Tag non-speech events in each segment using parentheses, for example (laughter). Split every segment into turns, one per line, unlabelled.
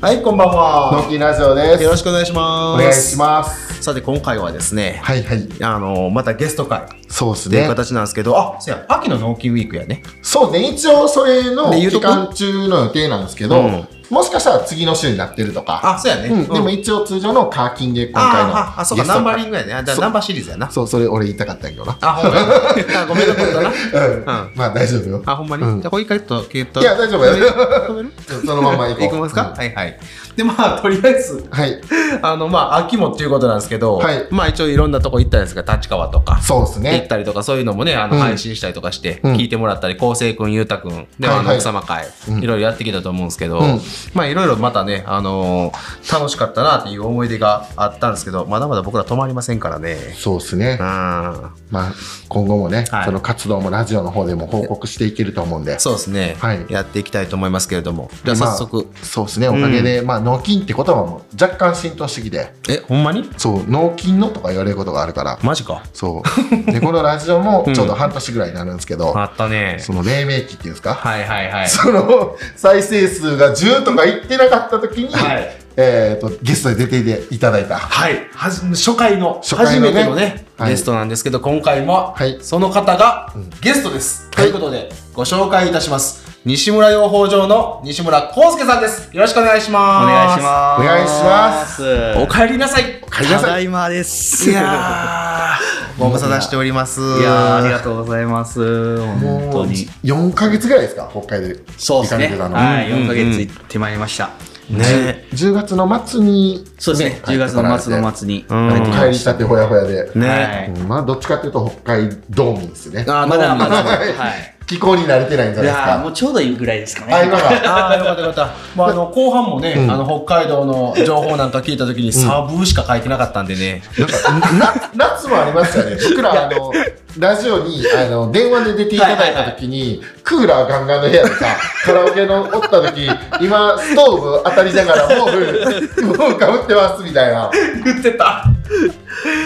はい、こんばん
の
は。
きラジオです。
よろしくお願いします。
お願いします。
さて、今回はですね、
はいはい。
あのまたゲスト会
そうです
という
ね。
形なんですけど、あ、せや、秋の納期ウィークやね。
そうね。一応それの
ね言うと
期
こ
間中の予定なんですけど、
うん
もしかしたら次の週になってるとか。
あ、そうやね。
うん。でも
い
一応通常のカーキンで今回の
ああ、あ、そう
ゲ
か、
スト
ナンバリングやね。あじゃあ
そう
ナンバーシリーズやな。
そう、それ俺言いたかったんやけどな。
あ、ほんまや。 (laughs) あごめんなさいな。
うん。
ん
まあ大丈夫よ。
あ、ほんまに。
うん
じゃあ、これ一回ちょっと、えっと
いや、大丈夫
(laughs)
よ。
止める
そのまま行こう。
いきますか、
うん
はいはい。で、まあ、とりあえず、
はい。
あの、まあ、秋もっていうことなんですけど、
はい
まあ、一応いろんなとこ行ったんですが、立川とか、
そうです
行っ
ね。
たりとかそういうのもねあの
うん
配信したりとかして
うん
聞いてもらったり昴生君裕太君で
はい
あ
はい
の奥様会
うん
いろいろやってきたと思うんですけど
うん
まあいろいろまたねあのー楽しかったなっていう思い出があったんですけどまだまだ僕ら止まりませんからね
そうですね
う。ん
まあ、今後もね、
はい
その活動もラジオの方でも報告していけると思うんで。
そうですね
はい
やっていきたいと思いますけれどもじゃあ早速
そうですね。おかげで、まあ、納金って言葉も若干浸透してきて、
えほんまに
そう、納金のとか言われることがあるから、
マジか
そう。で、このラジオもちょうど半年ぐらいになるんですけど、
あったね
その黎明期っていうんですか、
はいはいはい
その再生数が10とかいってなかった時に、
はい
えっ、と、ゲストで出ていただいた。
はいはじ初回の
初回のね
初めてのね
はい
ゲストなんですけど今回も
はい
その方がゲストです、ということでご紹介いたします西村養蜂場の西村康介さんですよろしくお願いし
お
ます
願いします。。
お願いします
おかえりなさい
帰りな
た
さ
だ
い。
いまです。
い
(laughs)
やーご無沙汰しております
いやーありがとうございます。本
も
当
う
に。
4ヶ月ぐらいですか、北海で
そうですね。
行かれてたの
はい、
うん
4ヶ月行ってまいりました。
ね
10月の末に、
そうですね。
帰って
10月
こられ
の
て
末の末に
ん
帰ってき
帰
ま
り
した
てほやほやで、
ね
はい
うんまあどっちかというと北海道民ですよね
あ
た。
ー
まだ
どうも
まだ。
はい
はい。
気候に慣れてないんじゃ
い
ないです
やー
か
もうちょうどいいぐらいですかね。
あ今が
ああよかったよかった、まあ、あの後半もね、あの北海道の情報なんか聞いた時に「サブ」しか書いてなかったんでね、
なんかな夏もありました
(laughs)
よね僕らあのラジオにあの電話で出ていただいた時に、クーラーガンガンの部屋でさカラオケのおった時今ストーブ当たりながらもうもうかぶってますみたいな
言ってた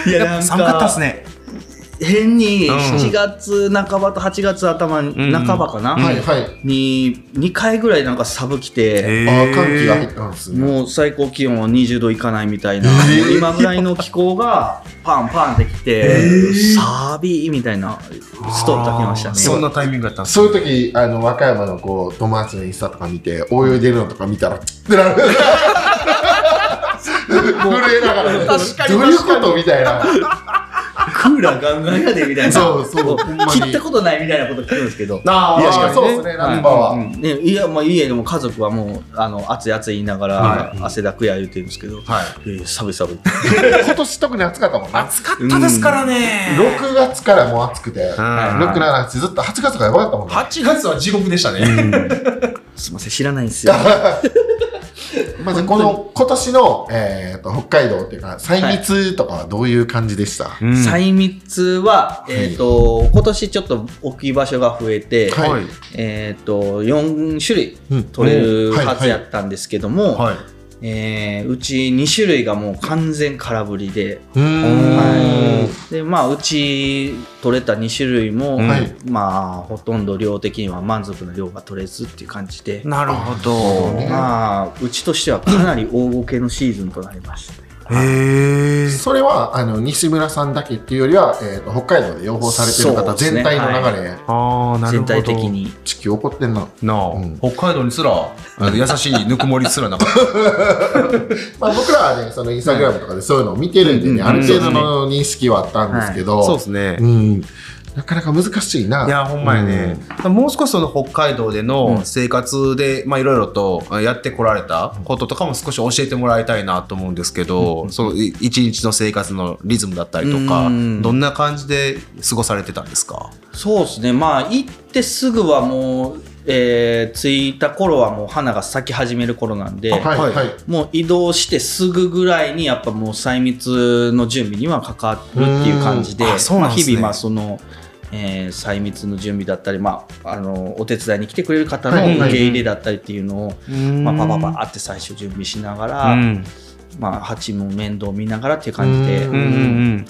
いや、なん
寒かったっすね
変に
うん
7月半ばと8月頭、
ん
半ばかな、
はいはい
に2回ぐらいなんか寒きて、
あー寒気が入ったんですね
もう最高気温は20度いかないみたいな、
えー
もう今ぐらいの気候がパンパンってきて、サービーみたいなストーリーが来ましたね。
そんなタイミングだったんです
そういう時あの和歌山のこう友達のインスタとか見て泳いでるのとか見たらチッってなる震えながら、ね、
確かに
どういうことみたいな
クーラーガンガンやでみたいな。
そうそうほんまに
切ったことないみたいなこと聞くんですけど。
あ
い
ー
や
確かにね
そうですねナンバーは、
うんね、いや、まあ、家でも家族はもう、あの、暑い暑い言いながら
は、
汗だくや言うてるんですけ
は
ど、
い
いやいや、寒い寒い。
今年特に暑かったもんな
暑かったですからね、
6月からもう暑くて
はい
678ずっと8月がやばかったもんな
8月は地獄でしたね、
すいません、知らないんですよ。
まずこの今年の、えー、と北海道っていうか細密とかはどういう感じでした、
細密は、
い
えっ、と、今年ちょっと置き場所が増えて、
はい
えっ、と、4種類
うん
取れる
うんはい
はずやったんですけども、
はい
えーうち2種類がもう完全空振りで、
うーん
はい、でまあうち取れた2種類も、
はい
まあほとんど量的には満足な量が取れずっていう感じで、
なるほ
そうね
まあうちとしてはかなり大ごけのシーズンとなりました、ね、
へえ
それはあの西村さんだけっていうよりは、えー、と北海道で養蜂されてる
そ
方
うです
全
ね
体の流れ、
ああなる
全
ほど
体的に
地球怒ってんな、
なあ、
うん
北海道にすらあの優しいぬくもりすらなか (laughs) った
まあ、僕らはねそのインスタグラムとかでそういうのを見てるんでね、
うんうん
ある程度の認識はあったんですけど、
すね
うん、なかなか難しいないい
やほんまやね、もう少しその北海道での生活でまあいろいろとやってこられたこととかも少し教えてもらいたいなと思うんですけど、そのい一日の生活のリズムだったりとか、
うん
どんな感じで過ごされてたんですか
そうですねまあ行ってすぐはもう、えー着いた頃はもう花が咲き始める頃なんで、
うんはいはい、
もう移動してすぐぐらいにやっぱもう細密の準備にはかかるっていう感じで
うんあそうなん
まあ
ですね
日々まあその、えー細密の準備だったり、まあ、あのお手伝いに来てくれる方
は
の
い
受け入れだったりっていうのを、まあ、パパ
パ
パって最初準備しなが
う
ら、
ん
まあ、蜂も面倒見ながらっていう感じで、
う
うんうんうん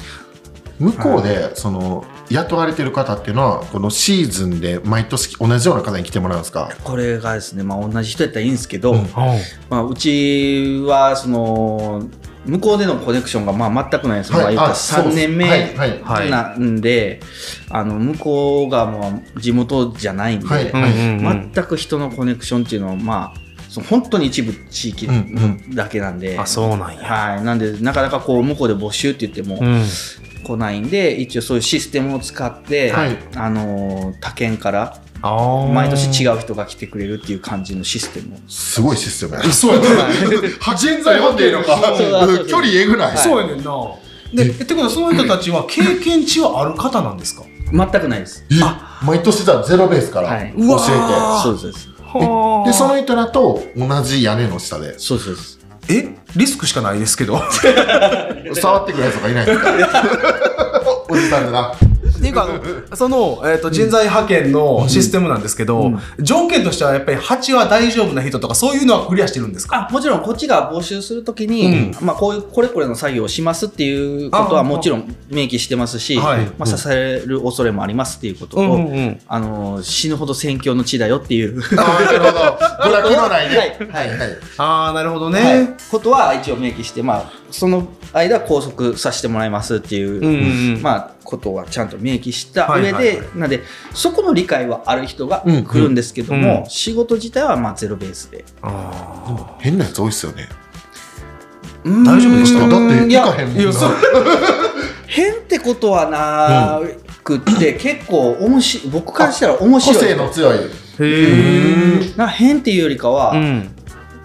向こうでその雇われてる方っていうのはこのシーズンで毎年同じような方に来てもらうんですか
これがですね、まあ、同じ人やったらいいんですけど、まあ、うちはその向こうでのコネクションがまあ全くないです、
はい
まあ、言ったら
あそうです
3年
はいは
目
い
はい
なんで、あの向こうがもう地元じゃないんで、
はい
うんうんうん
全く人のコネクションっていうのは、まあ、その本当に一部地域
うんうん
だけなんで、
あそうなんや、
はい、なんでなかなかこう向こうで募集って言っても
うん、
来ないんで、一応そういうシステムを使って、
はい
あの他県から
あー
毎年違う人が来てくれるっていう感じのシステムを
すごいシステムやなそうやな (laughs) 人材保定のか
そうそうそう
うん距離えぐない
そうやねんなでえってことはその人たちは経験値はある方なんですか
全くないです。
え毎年じゃあゼロベースから
はい
教えて、
うわあ
そうですそうです。
は
でその人らと同じ屋根の下で
そうですそうで
えリスクしかないですけど (laughs) っ
触ってくるやつとかいないですかおじさんだな
ていうかあのその、えー、と人材派遣のシステムなんですけど、条件としてはやっぱり蜂は大丈夫な人とかそういうのはクリアしてるんですか
あもちろんこっちが募集するときに、まあ、こういうこれこれの作業をしますっていうこと
あ
はもちろん明記してますし、
はい
まあ、刺される恐れもありますっていうことと、
うん
あの死ぬほど戦況の地だよってい
あ
う、
ーなるほ (laughs) ど娯楽のないね
はい
はいはい
ああなるほどね、
はい (laughs) ことは一応明記して、まあ、その間拘束させてもらいますってい
う
う、
んうん
まあ、ことはちゃんと明記した上で、
はいはいは
なのでそこの理解はある人が
うん
来るんですけども、
うん
仕事自体はまあゼロベースで。
あ
変なやつ多いっすよね
大丈夫でし
だ
た
って
い
行
や
かへんもん
ーいやそう
変ってことはなくって、結構おもし僕からしたら面
個
白い
性の強い
へえ
な変っていうよりかは、
ん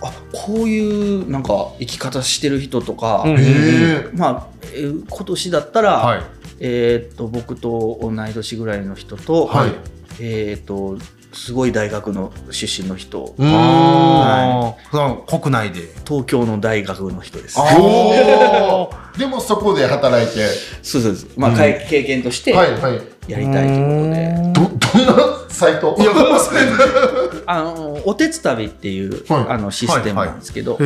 あこういうなんか生き方してる人とか、
うん
へえ
まあ、えー今年だったら、
はい
えーっと僕と同い年ぐらいの人と、
はい
えーっとすごい大学の出身の人
うーん
あーその国内で
東京の大学の人です。
あー
おーでもそこで働いて
そうそうそうまあ、かい経験として
はい
や
はい
りたいということで、
どどんなサイト
いやほんまっすね
あのおてつたびっていう、
はい
あのシステムなんですけど、
へ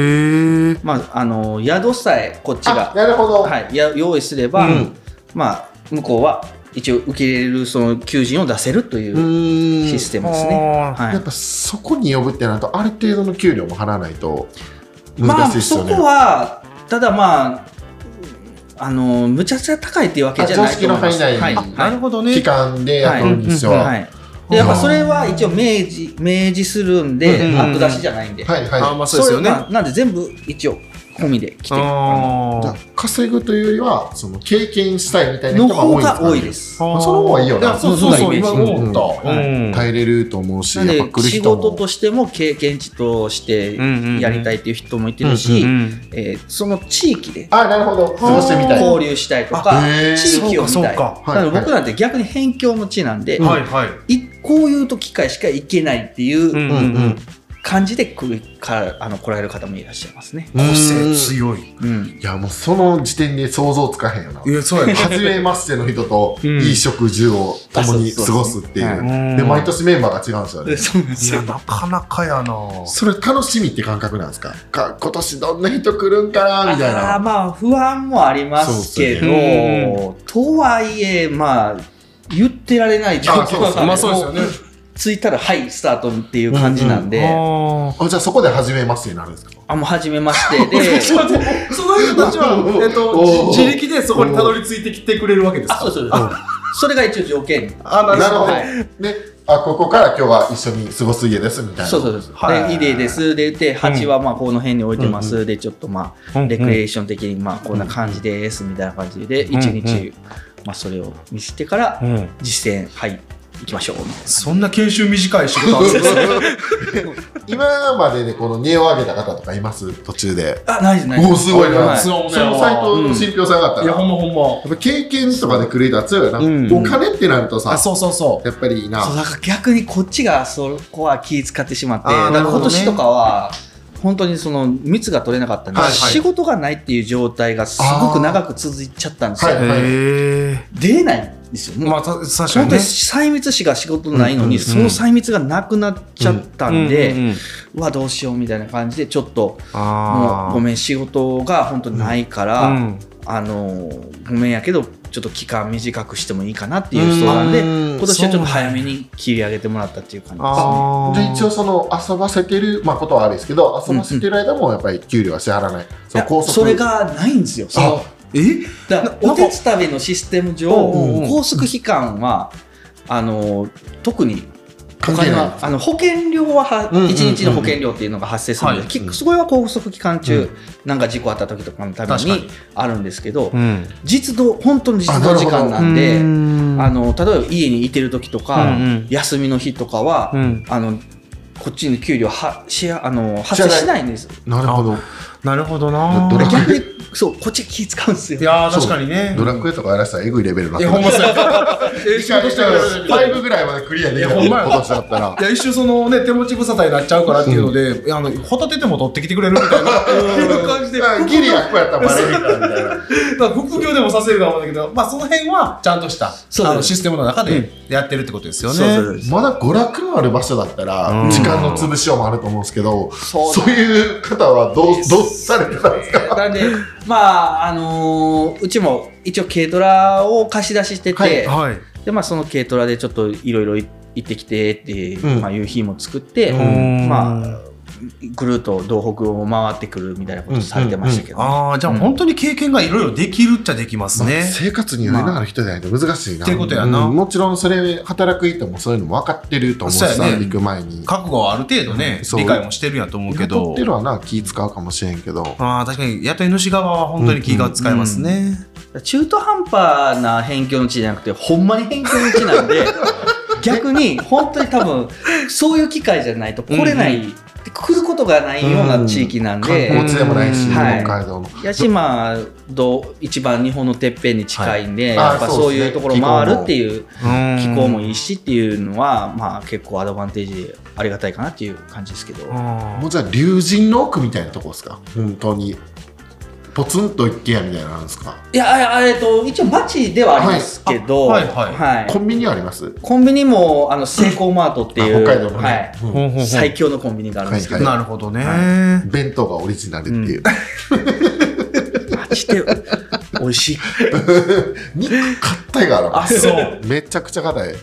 え
まあ、あの宿さえこっち
あ
が、
なるほど、
はい、や用意すれば、
うん
まあ、向こうは一応受け入れるその求人を出せるというう
ーん
システムですね。はい
やっぱそこに呼ぶってなるとある程度の給料も払わないと
ま
難
あ
しいです
そ
よね、
こはただまああのむちゃくちゃ高いっていうわけじゃないと思います。
あ常識の範囲内
はい
に
なるほどね
期間でやってるんですよ、
は
はい
い、でやっぱそれは一応明示明示するんで、
うんうんうん
後出しじゃないんで、
はい
あーまあそうですよね
れはなんで全部一応込みで来てる
あ
じゃ
ー
あ稼ぐというよりはその経験したいみたいな
の
人が
方
多いんです
が
か
あー
ね
多いです。
その方がいいよな
やそうそうそう、
そん
今
なイメージ
思った。
うん
はい
耐えれると思うし
なの
やっぱ来る
で仕
人
事
も
としても経験値としてやりたいっていう人もいてるし、えーその地域で
あなるほど過ごしてみたい
交流したいとか
あへー
地域を見
そう
たい。
か
はい
だから僕なんて逆に辺境の地なんで、
はいはい。
いこういう機会しか行けないっていう
うんうん
感じで来るかあの来られる方もいらっしゃいますね。
個性
い
強い。
うん、
やもうその時点で想像つかへんよな
や、そうやね
初めましての人と
うん
いい食事を共に
あそうそう
過ごすってい
は
う
い
で毎年メンバーが違うんですよね
そうなんで
いや、なかなかやな。
それ楽しみって感覚なんですかか今年どんな人来るんかなみたい
あー
な
まあ不安もありますけど
そう
ですね
とはいえまあ言ってられない状
あそうで
況な
す
んで
まあそうですよね
もう着いたらはいスタートっていう感じなんで、
あ
あじゃあそこで初めましてになるんですか
あもう初めましてで
ーその人たち (laughs) は、えっと、
おー
じ自力でそこにたどり着いてきてくれるわけです
あ
か
そうそうあそれが一応条件
あ
なるほど、
は
であここから今日は一緒に過ごす家ですみたいな
そうそうそうそう、
はい
でいい例ですで言って蜂はまあこの辺に置いてます、でちょっとまあ、
うんうん
レクリエーション的にまあこんな感じですみたいな感じで一
んうん
日、まあ、それを見せてから
うん
実践はい行きましょうみたい
そんな研修短い仕事あるんですね
(laughs) 今まででこの値を上げた方とかいます途中で
なあないですないです
おおすごいな、
はい
その
そうやわ
サイトの信憑性上がったら、
いや、ほ
や
んまほん
っぱ経験とかでくれたら強いよな、
うん
お金ってなると
ま。
さ
あ、そうそうそ
やっぱりいいな
そうだから逆にこっちがそこは気使ってしまって
あー
だか
な
ら
るほどね
今年とかは本当にその密が取れなかったんで、
はいはい
仕事がないっていう状態がすごく長く続いちゃったんですよ、
あ
う。
ーはい
へえ。
出ないんですよもう
まあ、た確か
本
に
当
ね
に。細密しか仕事ないの
うんうんう
に、
ん
その細密がなくなっちゃったんで、
う
う
んうんうん
わどうしようみたいな感じでちょっともう
あ
ごめん仕事が本当にないから、
あ。うん
あのーごめんやけどちょっと期間短くしてもいいかなっていう相談で、
うん
今年はちょっと早めに切り上げてもらったっていう感じですね。
あ
じゃあ一応その遊ばせてる、まあ、ことはあれですけど遊ばせてる間もやっぱり給料は支払わない、
い
その
や
高
そ
速
れがないんですよ。その
え
だから
な
お手伝いのシステム上、
うんうんうん
拘束期間はあの特に
関係ない
お金はあの保険料はは、
うんうんうん
1日の保険料っていうのが発生するので、
はい
きそこは拘束期間中、
うん
なんか事故あった時とかのため
確か
にあるんですけど、
ん
実動本当の実動時間なんで
うん
あの例えば家にいてる時とか、
うんうん
休みの日とかは、
うん
あのこっちに給料はシェアあの発生しないんです。
なるほど
なるほどな
ドラ
逆にそうこっち気使うんですよ
い。やー確かにね
ドラクエとかやらせたらえぐいレベルになっ
い
て
や
る
ほんまそうや
(laughs)
え仕事してる
5ぐらいまでクリアできた
いやほんまや
今年だったら
いや一瞬そのね手持ち無沙汰になっちゃうからっていうので、いやあのホタテでも取ってきてくれるみたいないう感じで
あギリはこうやったらバレるからみたいな
だから副業でもさせるかもだけど、まあ、その辺はちゃんとした
そうです
あのシステムの中でやってるってことですよね。
まだ娯楽のある場所だったら、
うん
時間の潰しようもあると思うんですけど、
そう
そういう方はどうどうされてたんですか
なんで、まあ、あのーうちも一応軽トラを貸し出ししてて、
はい
はい、
で、まあ、その軽トラでちょっといろいろ行ってきてって、
うん
まあ、いう日も作って、
うん
まあ、ぐるっと道北を回ってくるみたいなことされてましたけど、
ああじゃあ本当に経験がいろいろできるっちゃできます
まあ
ね。
生活に余裕のある人じゃないと難しいな。
っていうことやなん
もちろんそれ働く人もそういうのも分かってると思うし
そう
さ、
やね
行く前に。
覚悟はある程度ね、
そう
理解もしてるんやと思うけ
雇
ど
ってるはな気使うかもしれんけど。
ああ確かに雇い主側は本当に気が使いますね。
中途半端な辺境の地じゃなくて、ほんまに辺境の地なんで、逆に本当に多分、そういう機会じゃないと来れない、で来ることがないような地域なん
観
で、
光地でもないし、
うん
はい
北海道の。
八島と一番日本のてっぺんに近いんで、
い
やっぱ
あーそ
そうう
ですね
いうところ回るっていう
うん
気候もいいしっていうのは、まあ結構アドバンテージありがたいかなっていう感じですけど、
あ
もうじゃあ、竜神の奥みたいなとこですか本当に。ポツンと一軒家みたいなのあるんですか
いやいやえっと一応町ではありますけど、
はいあはい
はい
コンビニあります
コンビニもあのセイコーマートっていう
あ北海道の
はい
ね。うん
ー
うん最強のコンビニがあるんですけど、
なるほどね。
弁当がオリジナルっていう。
町で美味しい。
肉硬いから。
あそう。
めちゃくちゃ硬い。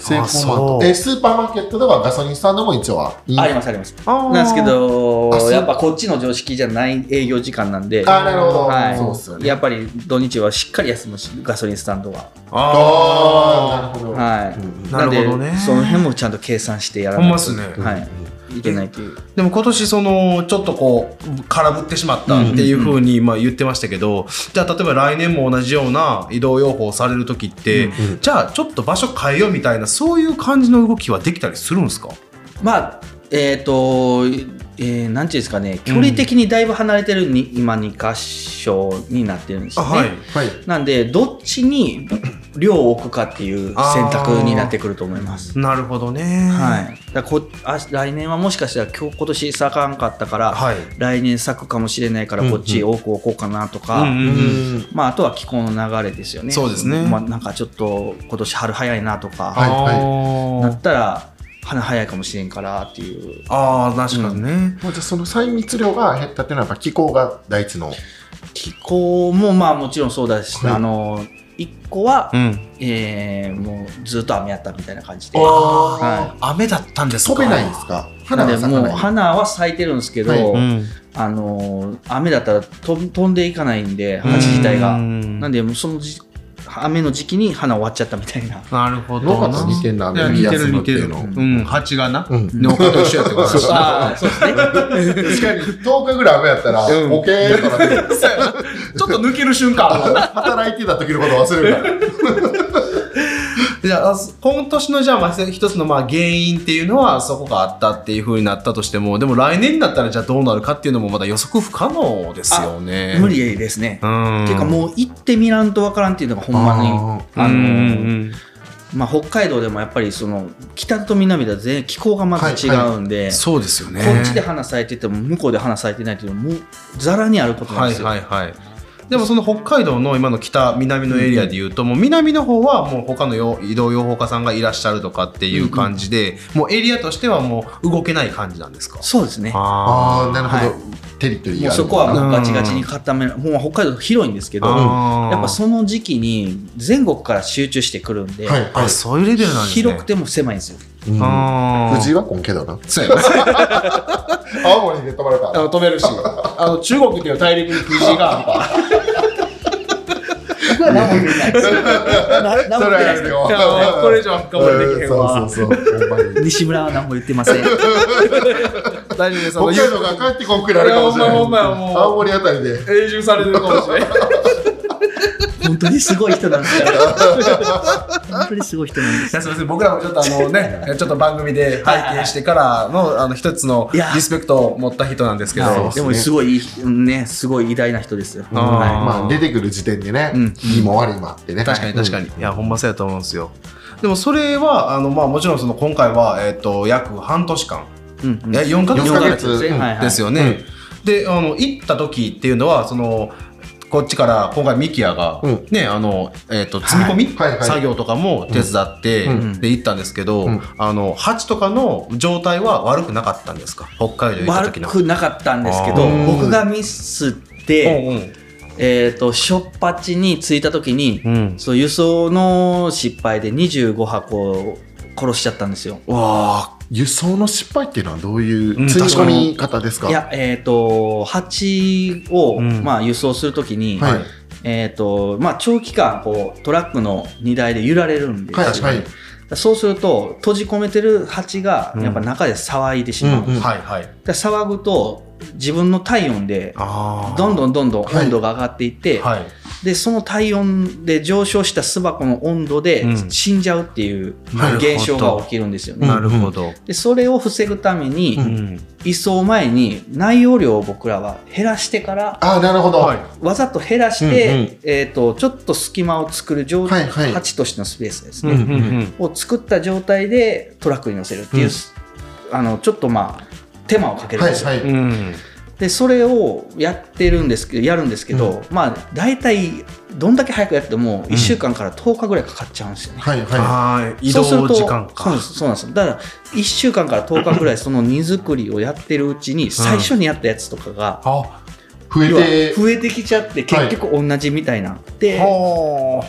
セーフコンマ
そ
ー
う
ト。え、スーパーマーケットではガソリンスタンドも一応は。
ありますあります。
あー
なんですけど
あそう
やっぱこっちの常識じゃない営業時間なんで。
あ、なるほど。
はい、
そうっすよね。
やっぱり土日はしっかり休むしガソリンスタンドは、
あ
あーなるほど。
はい
うん
なるほどね
んでその辺もちゃんと計算してや
あ
ら
ほん
な
ま
い
っ
と、
すね。
はい、いけないっていう
でも今年そのちょっとこう空振ってしまったっていうふうにまあ言ってましたけど、じゃあ例えば来年も同じような移動養蜂される時って、じゃあちょっと場所変えようみたいなそういう感じの動きはできたりするんですか
まあえっ、とえー、なんていうんですかね距離的にだいぶ離れてるに、今2箇所になってるんですよね、
はい。
なんでどっちに量を置くかっていう選択になってくると思います
なるほどね
はい、だからこあ来年はもしかしたら今日今年咲かんかったから、
はい
来年咲くかもしれないからこっち多く置こうかなとか、
うんうん
まあ、あとは気候の流れですよね
そうですね
まあ、なんかちょっと今年春早いなとか、
はい
な
は
ったら花早いかもしれんからっていう
あー確かにね、
もうじゃあその細密量が減ったっていうのはやっぱ気候が第一の。
気候もまあもちろんそうだし、
はい
あの一個は、
うん
えーもうずっと雨やったみたいな感じで。
あ
は
雨だったんですか
飛べないんですか花
なん
が
で
咲か
もう
ない。
花は咲いてるんですけど、
はい
うん
あの雨だったら飛ん飛んでいかないんで花自体
う
が
ん
なんでもうそのじ雨の時期に花終わっちゃったみたいな
なるほど
農家と似てんない
や似てる似て
ってい
る
うの
うん蜂がな、
うん
農家と一緒やってことだしな
ああそうですね
(laughs) 確かに10日ぐらい雨やったら、
うん
オッケーとかで
そうやなちょっと抜ける瞬間あるわな
働いてた時のこと忘れるから。
(laughs) じゃあす今年のじゃあまあせ一つのまあ原因っていうのはそこがあったっていうふうになったとしてもでも来年になったらじゃあどうなるかっていうのもまだ予測不可能ですよね。
無理ですね、
うん
っていうかもう行ってみらんとわからんっていうのがほんまに
うん
あの
うんうん
まあ、北海道でもやっぱりその北と南では全然気候がまず違うんで、
そうですよね。
こっちで花咲いてても向こうで花咲いてないっていうのももうざらにあることなん
は
で
い
すよ、
はいはい。でもその北海道の今の北南のエリアでいうと、もう南の方はもう他のよ移動養蜂家さんがいらっしゃるとかっていう感じで、もうエリアとしてはもう動けない感じなんですか
そうですね
あ
ああ、なるほど。テリトリー
もう
がある
そ
の
こ
かな
はもうガチガチに固め、もう北海道広いんですけど、や
あー
っぱその時期に全国から集中してくるんで、
はい、は
あ
い。
そういうレベルなんですね
広くても狭いんです
(laughs)
よ。
うん
あ
藤井は根けどな。
そうやな
(laughs) 青森で泊まれた
あ。の止めるしあの中国っていう大陸に藤井があるから
僕は何も言えないです。な何も言えないです。
(laughs)
よ
いやもうこれ以上深掘りできへんわ。
そうそうそう。ほんまに
西村は何も言ってません。
大丈夫です
北海道が帰ってこんくらいあるかもしれないい。
やほんまやほんまやもう
青森あたりで。
永住されてるかもしれない。
本当にすごい人な
(laughs)
んですよ。本当にすごい人なんです
い。やすみません僕らもちょっとあの (laughs) ねちょっと番組で拝見してからのあの一つの
いや
リスペクトを持った人なんですけど
はい
そ
で
う
も
です
すごいいい、ね、すごい偉大な人ですよ。
ん
は
まあ出てくる時点でね、
うん
いいも悪いもあってね。
確かに確か
に。
に、いやほんまそうやと思うんですよでもそれはあの、まあ、もちろんその今回は、えっと約半年間、
い。うんうん
いや4か月
四
か
ヶ
か
月
るですよね、であの行った時っていうのはそのこっちから今回ミキヤが、
うん
ねあのえっと積み込み、
はいはいはい
作業とかも手伝って、
うん
で行ったんですけど、
うん
あの蜂とかの状態は悪くなかったんですか北海道行った
悪
時の。
くなかったんですけ
あ
ど
ー
僕がミスって、えー、と初っ端に着いた時に、
うんうん
そう輸送の失敗で25箱を殺しちゃったんですよ。
わあ、輸送の失敗っていうのはどうい
うん
う追い込み方ですか。
いやえっ、と蜂を、
うん
まあ、輸送する時に、
はい
えーとまあ、長期間こうトラックの荷台で揺られるんで、
はいはい。
そうすると閉じ込めてる蜂が
うん
やっぱ中で騒いでしまう、
うんうん
はいはい。
で騒ぐと自分の体温で
あ
どん
ん
どんどんどん温度が上がっていって、
はい。
でその体温で上昇した巣箱の温度で
うん
死んじゃうっていう
なるほど
現象が起きるんですよね。
なるほど。
でそれを防ぐために、
う
うん。
移送前に内容量を僕らは減らしてから
ああ、なるほど。
はい
わざと減らして、えー、とちょっと隙間を作る状
は
態、
いはい
鉢としてのスペースです
う
ね、
ん
うんうん
を作った状態でトラックに乗せるっていう、あのちょっとまあ手間をかけるん
は
で
い
すよ、
は
う
い。
ん。
でそれをやってるんですけどやるんですけど、まあ大体どんだけ早くやっても1週間から10日ぐらいかかっちゃうんですよね。
はいは
ああ、移
そうする
動
と
時間
そうで
か。
すそうなんですよだから1週間から10日ぐらいその荷造りをやってるうちに最初にやったやつとかが
あ、
い。増
要は
えて。
増えてきちゃって結局同じみたいなで、
ほ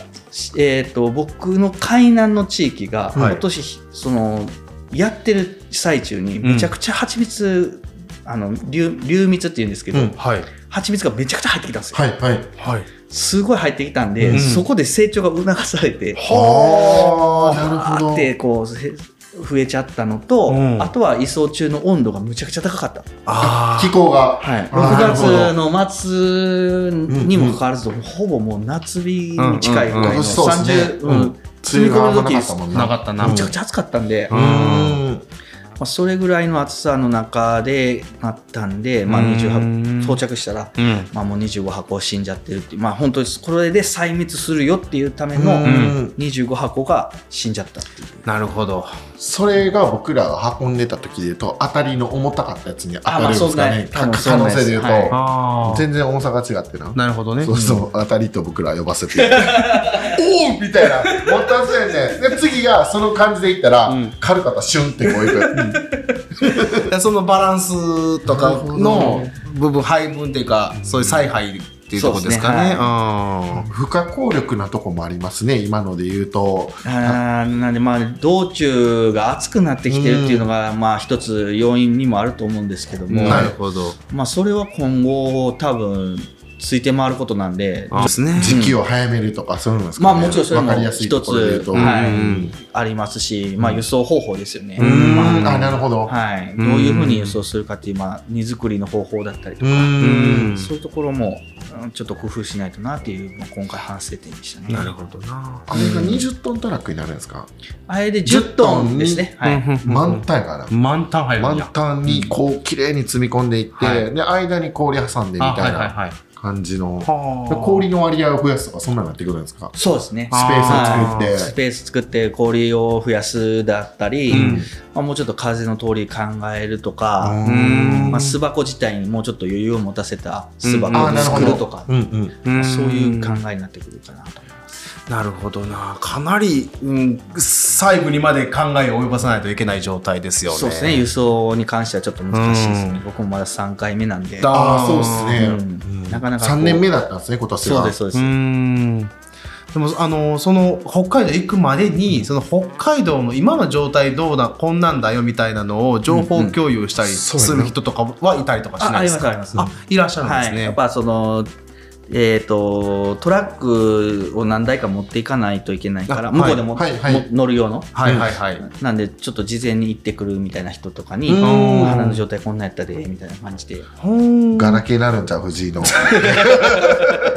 えー、と僕の海南の地域が
はい
今年、そのやってる最中にめちゃくちゃ蜂蜜、あの流流蜜っていうんですけど、
うん
う。はい。
蜂蜜がめちゃくちゃ入ってきたんですよ、
はいはい。
はい。
すごい入ってきたんで、
うん
そこで成長が促されて
はあ、なる
あ
ほ
ー
ど
っ。てこうせ増えちゃったのと、
うん
あとは移送中の温度がむちゃくちゃ高かった、
あ
気候が。
はい、6
あー
月の末にもかかわらず、ほぼもう夏日に近いぐらいの
うんそうですね
30、
う
うんん、積み込みの時です
もん
あ。なかったな。
むちゃくちゃ暑かったんで、
う
ま
ん
うん。
あ、それぐらいの暑さの中でなったんで、まあ、
うん
28到着したら、
うん。
まあ、もう25箱死んじゃってるっていう、まあ、本当にこれで細密するよっていうための
うん
25箱が死んじゃったっていう、
なるほど。
それが僕らが運んでた時で言うと当たりの重たかったやつに当たるんですかね
あまあ
か可
そんな
能性で言うと、
はい
あ
全然重さが違ってな
あ。なるほどね。
そうそう当たりと僕ら呼ば
(laughs)
せておうみたいなもったいそうやねで次がその感じでいったら、
うん
軽かったシュンってこういく
だからそのバランスとかの部分配分っていうか、そういう采配っていうところですかね。あ
不可抗力なとこもありますね今ので言うと
あーなんでまあ道中が暑くなってきてるっていうのがまあ一つ要因にもあると思うんですけど
ー
も、
なるほど。
まあ、それは今後多分ついて回ることなんで
あですね。
時期を早めるとかそういうのですか、
ま
ね
あもちろんそれ
わ
も
かりやすいと
一
ころで言う
つ、
と、
は
う
い
ん、
ありますし、まあ、輸送方法ですよね、
うーん
まあ
あなるほど、
はい、ど
う
うんいうふうに輸送するかっていう、まあ、荷造りの方法だったりと
う
か、
ーん
そういうところもうんちょっと工夫しないとなっていう、まあ、今回反省点でしたね
なるほどな。
あれが20トントラックになるんですか、
あれで10トンですね、はい
満タンかな、
満タン入るん
満
や。
タンにこう綺麗に積み込んでいって、
はい
で間に氷挟んでみ
あ
た
はい
い
はい
な
はい。
感じの、で
は
氷の割合を増やすとかそんなになってくるんですか
そうですね
スペースを作って
スペース作って氷を増やすだったり、
うん
まあ、もうちょっと風の通り考えるとか、
うん
まあ、巣箱自体にもうちょっと余裕を持たせた巣箱
うん
あー
を
なるほ
作
ど
るとか、
うんうん。
うん
そういう考えになってくるかなと。
なるほどなかなり、うん、細部にまで考えを及ばさないといけない状態ですよね
そうですね輸送に関してはちょっと難しいですね、
うん
僕もまだ3回目なんで、
ああ、そう
う
ですね。
ん
うん
なかなかこう
3年目だったんですね、今年は。
そうですそうです、
うーんでもあのその北海道行くまでにその北海道の今の状態どうだこんなんだよみたいなのを情報共有したり
うんそうや
す
な
る人とかはいたりとかし
あ
ないで
あり
す
ます
か
あります、
あいらっしゃるんで
は
す
い、
ね、
やっぱそのえー、とトラックを何台か持っていかないといけないから
あ
向こうでも、
はいはいはい
も乗る用の
はいはいはい、
なんでちょっと事前に行ってくるみたいな人とかに
うん
「花の状態こんなんやったで」みたいな感じで
ガラケーになるんじゃう藤井の。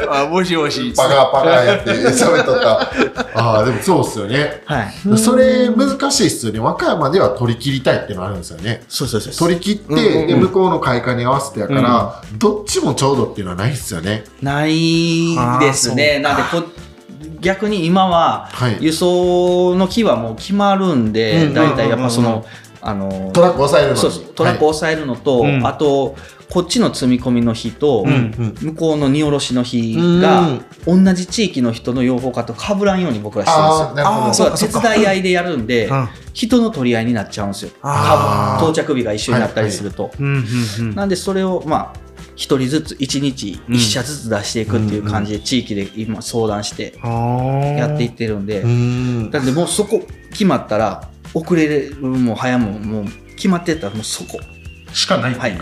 あもしもし
パカパカやって喋っとった。ああ、でもそうっすよね。
はい
それ難しいっすよね。和歌山では取り切りたいってのあるんですよね。
そうそうそう
取り切って、で向こうの開花に合わせてやから、どっちもちょうどっていうのはないっすよね。
ないですねなんでこ逆に今は
はい
輸送の期はもう決まるんで、
うん
大体やっぱその、あの
トラック抑えるのに。
そうそうトラックを抑えるのと、
はいうん
あとこっちの積み込みの日と、
うん
うん。
向こうの荷下ろしの日
う
が
ん
同じ地域の人の養蜂家と被らんように僕らしてるんで
ああ、な
すよ。
るほ
あー
ど。
そ
そうう
か
手
そうか
伝い合いでやるんで、
うん
人の取り合いになっちゃうんですよ
あ
ー
到着日が一緒になったりすると、
うんうんうん
なんでそれをまあ1人ずつ1日
うん
1社ずつ出していくっていう感じで地域で今相談してやっていってるんで、
うん。
なんでもうそこ決まったら遅れるも早ももう決まってたらもうそこ
しかない、
はい
ん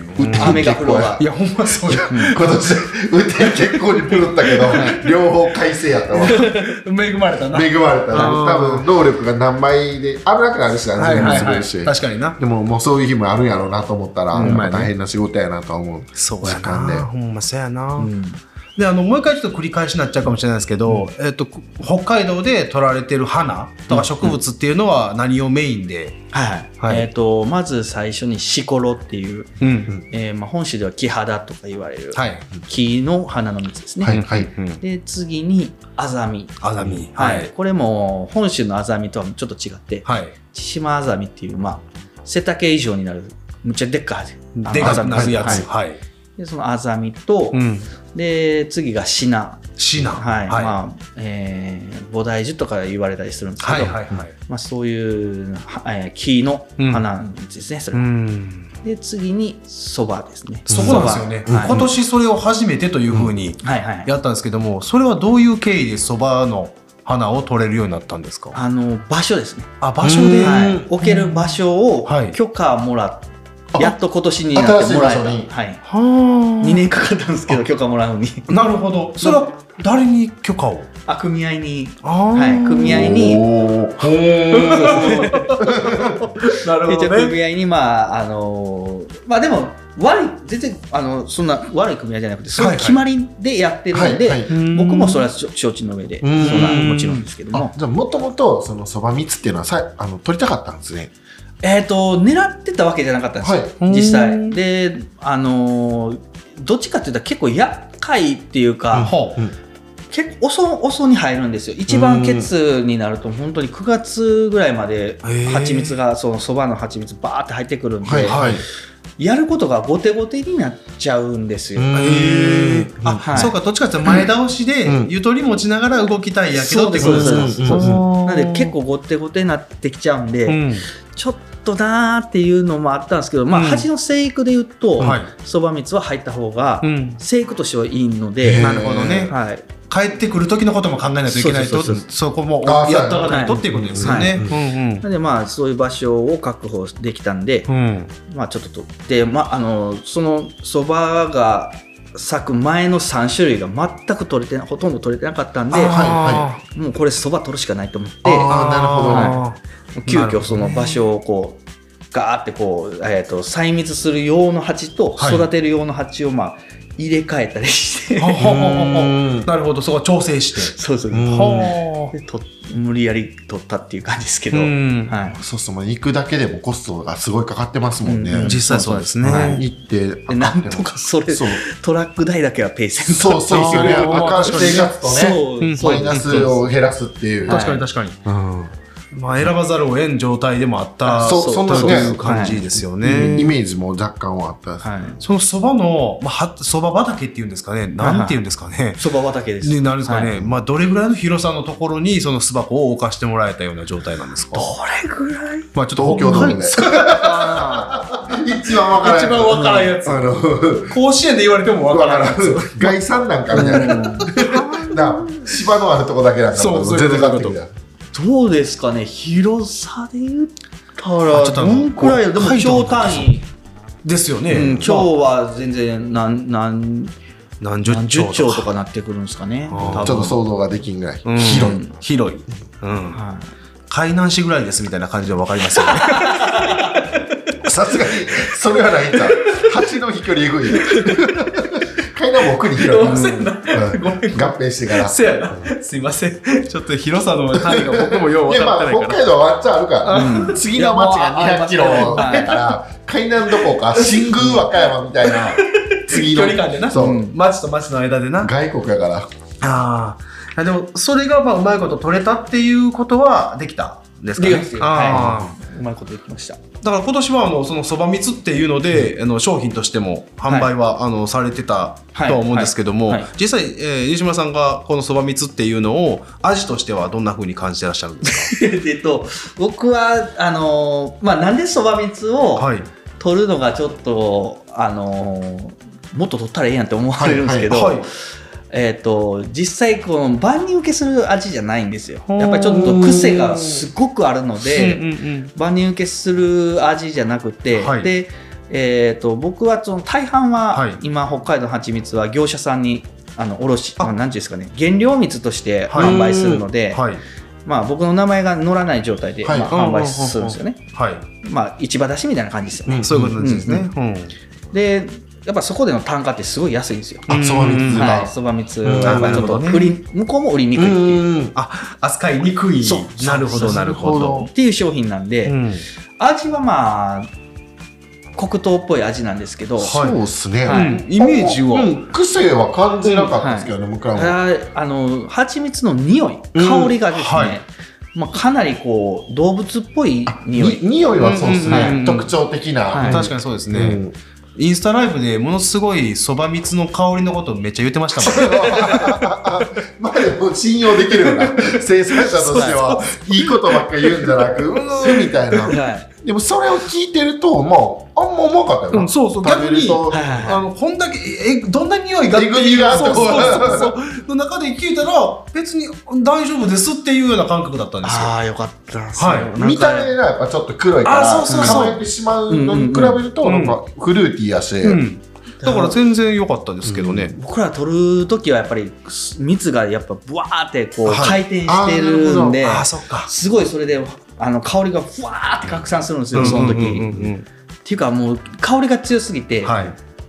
雨が降ろうが
いやほんまそうや
今年、運転結構に狂ったけど、両方改正やったわ。
恵まれたな
恵まれたな。
あ
多
ー
分、能力が何倍で、危なくなるしな、
はい
全部
はい
す
は
る
い
し。
確かにな
でも、もうそういう日もあるんやろうなと思ったら、
うん
やっぱ大変な仕事やなとは思う。
そうや
時間で
なほんまそうやな、
うん
であのもう一回ちょっと繰り返しになっちゃうかもしれないですけど、えっとく北海道で取られてる花とか植物っていうのは何をメインで、
はい、
はい
えっ、とまず最初にシコロっていう、
うん
えーまあ、本州では木肌とか言われる
はい、
木の花の蜜ですね、
はい、はい。
で次にアザミ、
アザミ
は
はいい
これも本州のアザミとはちょっと違って
はい、
千島アザミっていう、まあ、背丈以上になるむっちゃでっかいあの
で
ア
か
ザ
く
ミ
なるやつはい、
でそのアザミと、
うん
で次がシナ、
シナ
はい
はい、
まあえー菩提樹とか言われたりするんですけど、
はいはいはい
まあ、そういう、はえー木の花ですね、それは
ん
で次にそばですね
そこなんですよね、
そばはい
今年それを初めてというふうに
はいはい
やったんですけどもそれはどういう経緯でそばの花を取れるようになったんですか
あの場所ですね、
あ場所で、
はい、置ける場所を
はい
許可もらっ、
あ
やっと今年になってもらえた、
新しい場所に
はい、
はー
2年かかったんですけど許可もらうのに
なるほどそれは誰に許可を
あ組合に
あー
はい組合に
おーほー
なる
一応組合にまああのーまあでも悪い全然あのそんな悪い組合じゃなくてそういう決まりでやって
は
るん
い、
で、
はい。
僕もそれは承承知の上でそ
うん
れはもちろんですけど
あ
も
じゃあもともとそのそば蜜っていうのはさあの取りたかったんですね。
えっ、と狙ってたわけじゃなかったんですよ、
はい
実
う
際
ん
であのーどっちかっていうと結構厄介っていうか、
ほう
結構遅遅に入るんですよ一番血になると本当に9月ぐらいまで
ー
蜂蜜がそのそばの蜂蜜バーって入ってくるんで、
はいはい。
やることが後手後手になっちゃうんですよ。
へーあ、
はい
そうかどっちかっていうと前倒しで、
うん
ゆとり持ちながら動きたいやけどってことです
そう
か
です
そうです
な
なん
で結構後手後手になってきちゃうんで、
うん
ちょっとなーっていうのもあったんですけど、まあ、
うん
蜂の生育で言うと
はい
そば、蜜は入った方が
うん
生育としてはいいの
へ
で、
ー
なるほどね
はい、
帰ってくる時のことも考えないといけない
そう
と
そうそう
そこも
あー
やっとかないとっていうことですよね。
なんでまあそういう場所を確保できたんで、
うんうんうん
まあ、ちょっと取って、まあ、あのそのそばが咲く前の3種類が全く取れてなほとんど取れてなかったんで
ーは
もうこれそば取るしかないと思って
あーなるほど
あ
もう急遽その場所をこうガーってこう、えー、と細密する用の鉢と
はい
育てる用の鉢をまあ入れ替えたりして、
ーほうほうほうほう
うん
なるほどそこは調整して。
そうそう
うん
ほ
でと無理やり取ったっていう感じですけ
う
ど、
ん
はい、
そうそうもう行くだけでもコストがすごいかかってますもんね。
うん
実際そうですね。
はい行って
でなんとかそれ
そう
トラック代だけはペイせんと
そうそうですよね。
あー
あかん生活とね
そう
うん
そう
マイナスを減らすっていう。
はい
確かに確かに。
うん
まあ、選ばざるを得ん状態でもあった
そう
と
そんなね
いう感じですよね。
イメージも若干はあったです、
はい
そのそばの、まあ、はそば畑っていうんですかね、なんていうんですかね。
そば畑です。
になるんですかね、
はい
まあ、どれぐらいの広さのところに、その巣箱を置かしてもらえたような状態なんですか。
れぐらい
まあ、ちょっと
東京ドームで一番わからん
一番わからんやつ
あの
甲子園で言われてもわ
わ
か
からら
ない
ん外産なんかみたいなな芝のあるとこだけなんか
そうそう
全然
そういう
変
こと
わってき
どうですかね、広さで言った
あ
ら、
ちょっと
どんくらいだで
北
も、
海道
超
とか
単位。
ですよね。
うん、
ま
超は全然何、何、
あ何十
何十
兆
兆
と
と
か。
かなってくるんですかね。
あ
多
ー
た
分
ちょっと想像ができんぐらい、
うん
広い
広い。うん。
は
海南市ぐらいですみたいな感じでわかりますよ (laughs) ね。
(laughs) さすがにそれはないんだ蜂の飛距離えぐい階段も奥に広い、うん
どうせな
うん合併してから
せやなすいませんちょっと広さの単位が僕もよう
いや
分か
ま
って
あ
ない
北
から
海道はワンチャンあるから、
う
次の町
いや
が
もう
200キロ
はい
だから海南どこか新宮和歌山みたいな次の
距離感でな
そう、
うん
町と町の間でな。
外国やから
あーあ。でも、それがまあうまいこと取れたっていうことはできたんですかね。
できますよ
あー
い。うまいことできました。
だから今年はあのそのそば蜜っていうので、あの商品としても販売は、あのされてたとは思うんですけども、
はいはいはい
実際、えー西村さんがこのそば蜜っていうのを味としてはどんな風に感じてらっしゃるんです
えっと、僕は、あのー、まあ、なんでそば蜜
か。
を
はい。
取るのがちょっと、あのー、もっと取ったらええやんって思われるんですけど、
はい。
えー、と実際この万人受けする味じゃないんですよ
ほう
やっぱりちょっと癖がすごくあるの
うん
で
うん
万人受けする味じゃなくて、
はい
でえー、と僕はその大半は、
はい
今北海道の蜂蜜は業者さんにあの卸し
あ
何ていうんですかね原料蜜として
はい
販売するので、
はい。
まあ、僕の名前が乗らない状態で、
はい
まあ、販売するんですよね、
はい。
まあ、市場出しみたいな感じですよね、
そういうことなんですね。うん
でやっぱそこでの単価ってすごい安いんですよ
あそば蜜が、
はい、そば蜜はやっぱりちょっと
うんなるほどね
売り向こうも売りにくいっていう
うん
扱いにくい。
そう
なるほど、なるほど。
っていう商品なんで、
うん
味はまあ黒糖っぽい味なんですけど、
そうっすね、
はい
うんイメージは
うん癖は感じなかったですけどね、僕らも、
あーあの蜂蜜の匂い
うん
香りがですね、
はい
まあ、かなりこう動物っぽい匂い
に匂いはそうっすね、
うんうんうん
特徴的な、
はい
確かにそうです
う
ね、
ん
インスタライブでものすごいそば蜜の香りのことをめっちゃ言ってましたもんね
(laughs)
まあでも信用できるよう
(laughs)
な生産者としてはいいことばっかり言うんじゃなくうーんみたいな
はい
でもそれを聞いてるとまああんまうまかったよな、
うんそうそう
食べると
はいはいはい
あのこんだけえどんな匂いがって
えぐみ
いう
があった
そうそうそうそうの中で聞いたら別に大丈夫ですっていうような感覚だったんですよ。
ああよかったです
はい
なんか
見た目がやっぱちょっと黒いから
あそうそうそう
輝いてしまうのに比べると
うんう
なんんかフルーティーやし、
うん、だから全然良かったですけどね。
僕ら取る時はやっぱり蜜がやっぱブワーってこう
は
回転してるんで、
ああそっか。
すごいそれであの香りがふわーって拡散するんですよその時、
うんうん
っ
うん
ていうかもう香りが強すぎ
う
て、
んはい。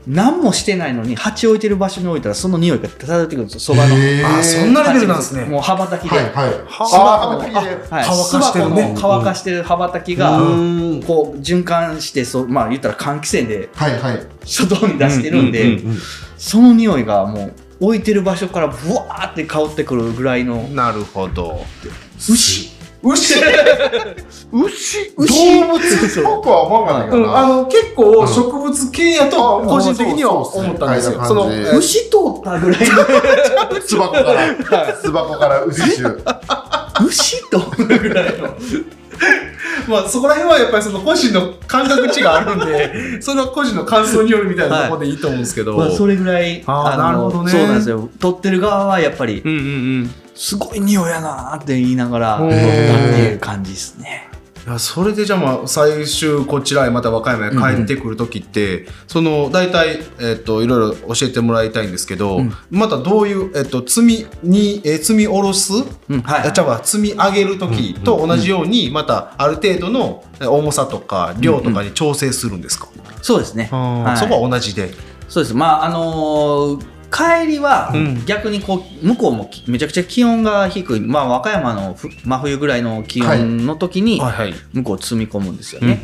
何もしてないのに鉢置いてる場所に置いたらその匂いが漂ってくるんですよそばの
へー
あそんなレベルなんですね。
もう羽ばたきで、
はいはい
は
あー畑で
はい
乾かしてるね
巣箱の乾かしてる羽ばたきが、
うん
こう循環してそうまあ言ったら換気扇で (laughs)
はいはい
外に出してるんで、
うんうんうん
うん
その匂いがもう置いてる場所からブワーって香ってくるぐらいの
なるほど。
牛
牛
牛
牛
動物っぽくは思わないけど
うん、
な、
あの結構植物系やと
うん
個人的には思ったんです
あ
よ。そ
そう
の
そうそう
牛
牛通ったぐらいの
巣箱から巣箱から牛臭
牛通ったぐらいの
まあそこら辺はやっぱりその個人の感覚値があるんで、 (laughs) それは個人の感想によるみたいなところでいいと思うんですけど。
まあそれぐらい
あー
の
なるほどね
そうなんですよ撮ってる側はやっぱり
うんうんうん。い
すごい匂いやなーって言いながら撮
へ
っ
ー
たっていう感じですね。
やそれでじゃあまあ最終こちらへまた和歌山へ帰ってくる時って、その大体えっ、といろいろ教えてもらいたいんですけど、
うん
またどういうえっ、と積みにえー積み下ろす
うん、はい、
あじゃあまあ積み上げる時と同じようにまたある程度のえー重さとか量とかに調整するんですか、
そうですね。
あー
はい
そこは同じで。
そうです。まああのー帰りは
うん
逆にこう向こうもきめちゃくちゃ気温が低い、まあ、和歌山のふ真冬ぐらいの気温の時に
はいはい。
向こう積み込むんですよね。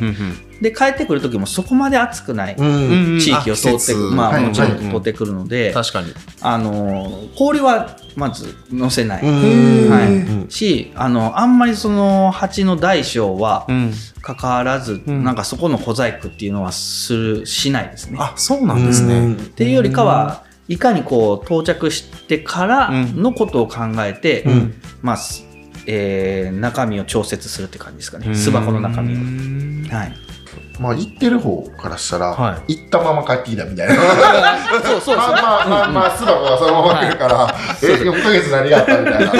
う
で帰ってくる時もそこまで暑くない
うん。
ん
地域を通って、まあ、
はい
もちろん
はい
通ってくるので、
確かに。
あの氷はまず乗せない、
うん
は
う
い、しあのあんまりその蜂の大小は
うん。
関わらず、
うん
なんかそこの小細工っていうのはするしないですね。
あ、そうなんですね。
っていうよりかはいかにこう到着してからのことを考えて、
ん
まあすえー中身を調節するって感じですかね巣箱の中身を。
身
はい、
まあ行ってる方からしたら、
は
行ったまま帰ってきたみたいな。
そうそう
まあまあまあまあ、巣箱がそのまま来るから、え、4ヶ月何があったみたいな。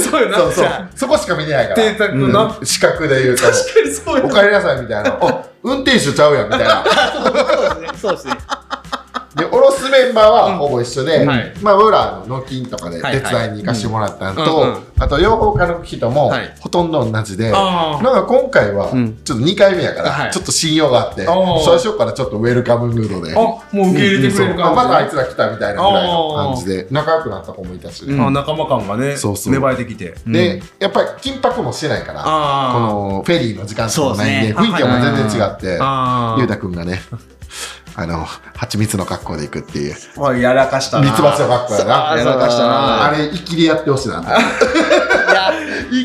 そうよな。
そうそう。そこしか見てないから。
邸宅な
うん視覚で言うと。
確かにそう
お
よ。
帰りなさい
(laughs)
みたいな。あ、運転手ちゃうやんみたいな。
そうですねそうですね。
で、おろすメンバーはほぼ一緒で、
うんはい
まあ、僕らの納金とかで
はい
手伝
はい
いに行かしてもらったの
うんうんう
と
ん、
あと、養蜂家の人も
はい
ほとんど同じで、
あ
なんか今回は
うん、
ちょっと2回目やか
は
ら、
い
ちょっと信用があって、
おー
最初からちょっとウェルカムムードで、
あ。あ、もう受け入れてくれる
そうあ
感
またあい
じ。
つら来たみたいなぐらいの感じで、仲良くなった子もいたし、
うん
あ仲間感がね、
そうそう
芽生えてきて。
で、やっぱり緊迫もしてないから、こ
あ
のフェリーの時間とかもないんで、
そう
雰
です
囲
ね
気はもう全然違って
あ。、あ
ゆうたくんがね、あの、蜂蜜の格好で行くっていう、蜜
あ。やらかしたな。
蜂の格好やな。
あやらかしたな。
あれ、粋でやってほしいな。
い
(laughs)
や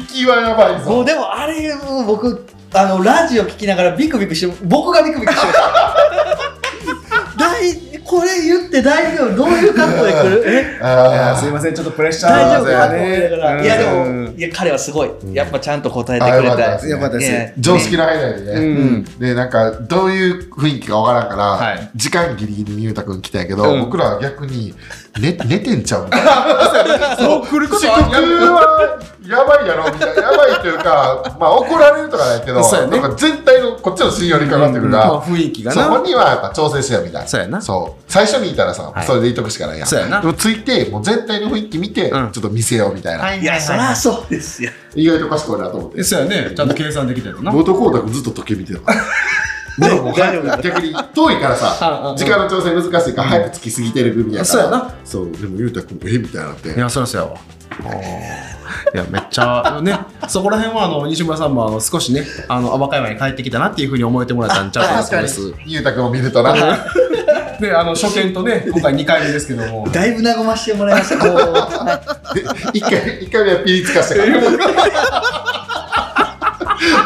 粋はやばい
も
ぞ
う。でもあれもう僕あのラジオ聞きながらビクビクして僕がビクビクしてました (laughs) 大これ言って大丈夫どういう格好で来るえ
あ
すい
ー
ません、ちょっとプレッシャー
大丈夫
そ
か
う
と
だ
思いながらいやでもいや彼はすごいやっぱちゃんと答えてくれ
あよかった
た
です
よかったです
ね
常識の範囲内でね。
うん
で、なんか、どういう雰囲気かわからんから、
はい
時間ギリギリにゆうたくん来たんやけど、
うん
僕らは逆に、寝寝てんちゃうみたいな。
そう来ること
遅刻はやばいやろみたいなやばいというか、 (laughs) まあ、怒られるとかだけど、
そうやね
なんか全体のこっちの信用にかかってくるから、
雰囲気が
そこ
な。
にはやっぱ調整しようみたいな
そうやな
そう最初にいたらさ、
はい
それでいとくしかないやん
そうやな
でもついてもう全体の雰囲気見て、
うん
ちょっと見せようみたいな、
い
いやそりゃそうですよ
意外と賢いなと思って
そうやね、ちゃんと計算できたよな。
冒頭光沢ずっと時計見て
(laughs)
たから喉も早く逆に遠いか
うんう
ら
ん
さ
うん
時間の調整難しいから早くつきすぎてる組やから
そうやな
そうでもゆうたくんえみたいになって
いや、そりゃそうやわ。いや、めっちゃ、ね、そこら辺は、あの、西村さんも、あの、少しね、あの、和歌山に帰ってきたなっていうふうに思えてもらったんちゃうかなそうです。
ゆうたくんを見るとな
(laughs) で、あの、初見とね、今回2回目ですけども。
だいぶ和ましてもらいましたこうはい
で一回一回目はピリつかしたから。いや、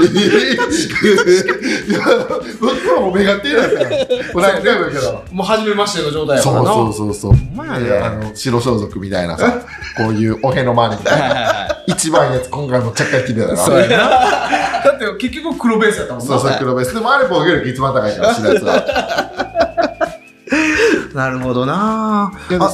僕らも目が手だったから。もう何回も言うけど。
もう、初めましての状態やから
そう
な。
そうそうそう。
ほんまやね
であの白装束みたいなさ、こういうおへの周りみたい
はい
な。
は
一番やつ、今回もちゃっかり切れたから。
そうやな。だって、結局黒ベースやったもん
そうそう、黒ベース。でもあれ防御力一番高いから、白いやつは。
なるほどな
でも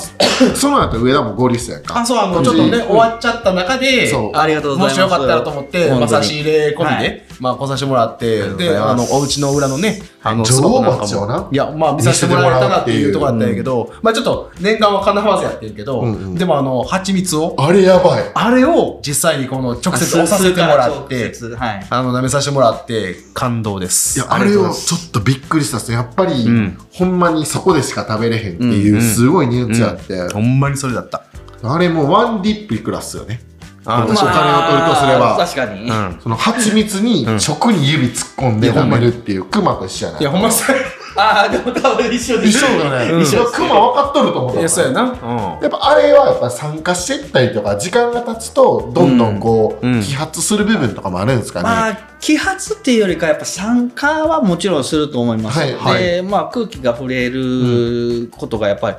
その後上田も合流したやんか。
あ、そう、あの、ちょっとね、終わっちゃった中で、
そう
いありがとうご
も
ざいます
しよかったらと思って、
本当に
まあ、差し入れ込みで、
はい
まあ、来させてもらって、
りがとうござい
で、あ
ま
の
す、
お家の裏のね、あの、
女王
巣箱なんかも
蜂をない
や、まあ、見させてもらえたなっていうところだったんやけど、まあ、ちょっと、年間はかなわずやってんけど、
うんうん
でも、あの、蜂蜜を、
あれやばい。
あれを実際にこの、直
い
接押させてもらって
直、接はい
あの、舐めさせてもらって、感動です。
いやあれ
りがとうござい
を
ます
ちょっとびっくりしたっすやっぱり、
うん
ほんまにそこでしか食べれへんってい
うんう
うんすごいニュースあって、
ほんまにそれだった。
あれもうワンディップいくらっすよね
あ
私お金を取るとすれば
まあ確かに
うん。
その蜂蜜に
うん
食に指突っ込んで
いや
舐めるっていうクマと一緒やない
いや、ほんまそれ。
ああでも多分一緒で
一緒
す
だね、
うん
一緒クマ分かっとると思った
いや、そうや
な
な。うん。
やっぱあれはやっぱ酸化していったりとか時間が経つとどんどんこう、
うんうん
揮発する部分とかもあるんですかね、
まあ、揮発っていうよりかやっぱ酸化はもちろんすると思います、
はいはい
でまあ、空気が触れることがやっぱり、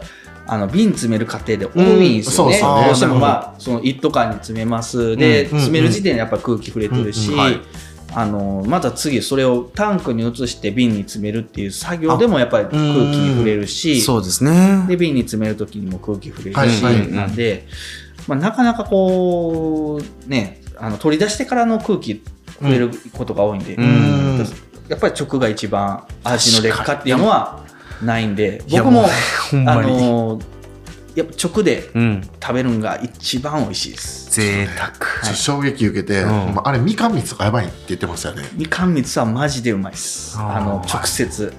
あの瓶詰める過程で多いんですよね,、
うんそうそうね
どうしても
なる
まあその一斗缶に詰めますで、
うんうん
詰める時点でやっぱり空気触れてる
う
し、
んうんはい
あのまた次それをタンクに移して瓶に詰めるっていう作業でもやっぱり空気に触れるし、
そうですね。
で瓶に詰める時にも空気触れ
は
る
い
し、
はい
なんで、まあ、なかなかこうねあの取り出してからの空気触れることが多いんで、
うん
うん
やっぱり直が一番味の劣化っていうのはないんで
いや
僕も
もうほん
あ
まに。
のやっぱ直で
うん。
食べるのが一番美味しいです
贅沢
ちょっと衝撃受けて、
うん
ほんまあれみかん蜜とかやばいって言ってましたよね
みかん蜜はマジでうまいです
あー
あの直接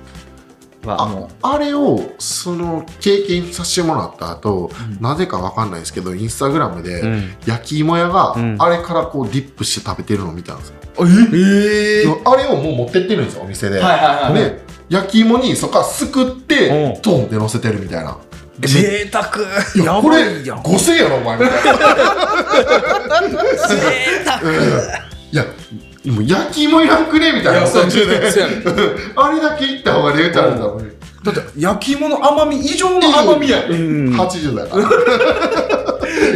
はも
あれをその経験させてもらった後、
うん
なぜかわかんないですけどインスタグラムで、
うん
焼き芋屋が
うん
あれからこうディップして食べてるのを見たんですよ、
え
でもあれをもう持ってってるんですよお店で、
うはいはいはい
で焼き芋にそこからすくって、
うん
トンって乗せてるみたいな
贅沢
いやこ
ば
れ
いやん
5000円やろお
(laughs)
前みたいなうんいやもう焼き芋いらんくねみたいな
そうそうやね
(laughs) あれだけいった方がレイちゃんだもん、
だって焼き芋の甘み以上の甘みやん
うん
80だ
(laughs)
から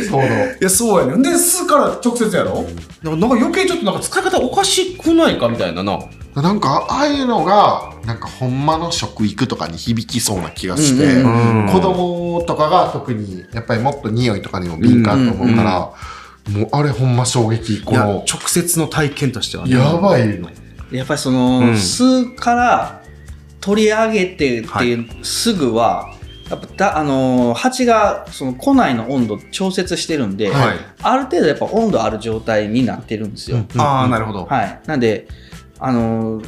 そうの
いやそうやねんで巣から直接やろだからなんか余計ちょっとなんか使い方おかしくないかみたいなな
なんかああいうのがなんかほんまの食育とかに響きそうな気がして、
うんうんうん
子供とかが特にやっぱりもっと匂いとかにも敏感と思うから、もうあれほんま衝撃こ
いや
の
直接の体験としてはね
やばいの
やっぱりそうの
ん
巣から取り上げてっていうすぐはやっぱだあのー蜂がその庫内の温度調節してるんで、
はい
ある程度やっぱ温度ある状態になってるんですよ。
ああなるほど
はい、なんであのー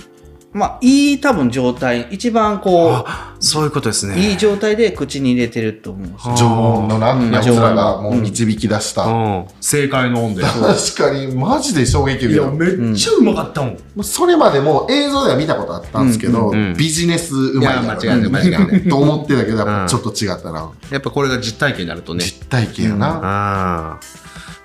まあいい多分状態一番こ
あそういうことです
う
ね
いい状態で口に入れてると思うんですよ。
常温のな
うん
やつらがもう導き出した、
うん正解の温度や
確かにマジで衝
い
撃受け
や
た
めっちゃうまかったもん
もうそれまでも映像では見たことあったんですけど、
うんうんうん
ビジネスうま
い
い
や間違いない
な (laughs) と思ってたけどやっぱちょっと違ったな、
やっぱこれが実体験になるとね
実体験やな、
あー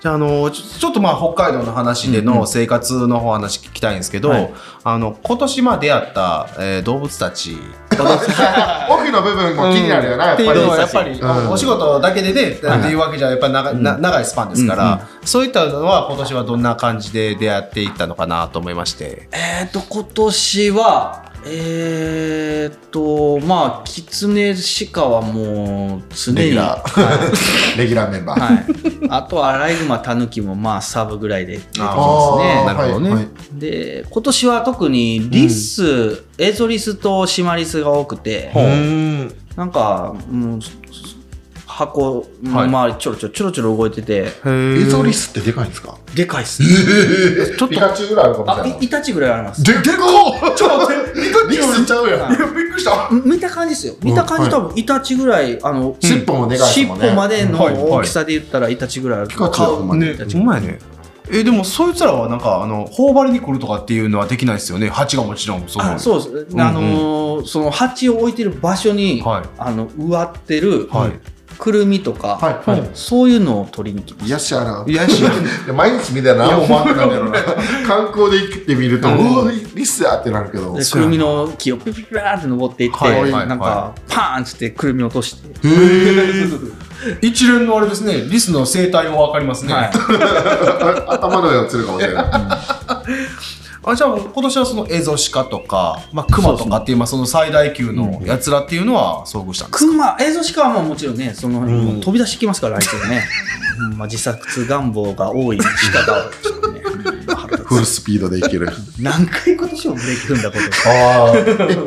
じゃあ、あのちょちょっとまあ北海道の話で
うんう
の生活の方話聞きたいんですけど、
はい
あの今年まあ出会った、えー動物たち
オフの部分も気になるよ
っ
な、
てい
や
う
っ
の
ぱ
は
り
やっぱり、
うん
あのお仕事だけでね、
はい
っていうわけじゃやっぱり長,、な長いスパンですから、そういったのは今年はどんな感じで出会っていったのかなと思いまして。
えっと今年はえー、っとまあキツネシカはもう常
レギ
に
ュラー、レギュラーメンバー、
はい、 (laughs) あとはアライグマタヌキもまあサブぐらいで出てきます
あー
な
ね。
るほどね
はいはい
で今年は特にリス、エゾリスとシマリスが多くて、
ほう
なんかもう箱の周りちょろちょろちょろちょろ動いてて、
エゾリ
ス
スってでかいんですか
でかいっす、
ちょっ
ピ
と
カチュウぐらいあるかもし
あ
れない
いイタチぐらいあります。
でっかっちょっと待ってピカチュウリスちゃうやん
はい
いやびっくりした
見た感じですよ。見た感じ、
うん
多分イタチぐらいあの、
尻尾もでかいです
尻
もんね
尾までの
はいはい
大きさで言ったらイタチぐらいある。
ピカチュウまで
ねほんまやねえでもそいつらはなんかあの頬張りに来るとかっていうのはできないですよね蜂がもちろんその
あそうです、
ん
あのーその蜂を置いてる場所に、
はい
あの植わってる、
はい
くるみとか、
はいはい
そういうのを取りに来ま
い
す
やしやない
やし
いや毎日見たら何も思わなくなるやろな観光で行ってみると
うん
うわリスやってなるけど
で
そ
く
う
る
やな
みの木をピュピュピューって登っていって、
はいはいはい
なんかパーンっつってくるみ落として、
一連のあれですねリスの生態も分かりますね、
はい
頭の上落ちるかもしれない
あじゃあ今年はそのエゾシカとか、まあ、クマとかっていうまあその最大級のやつらっていうのは遭遇したんです
クマ映像しかはもうもちろんねその、
ん
飛び出してきますから相手ねうんまあ、自殺願望が多い鹿が、ね、
フルスピードで行ける
何回今年もブレーキ踏んだこと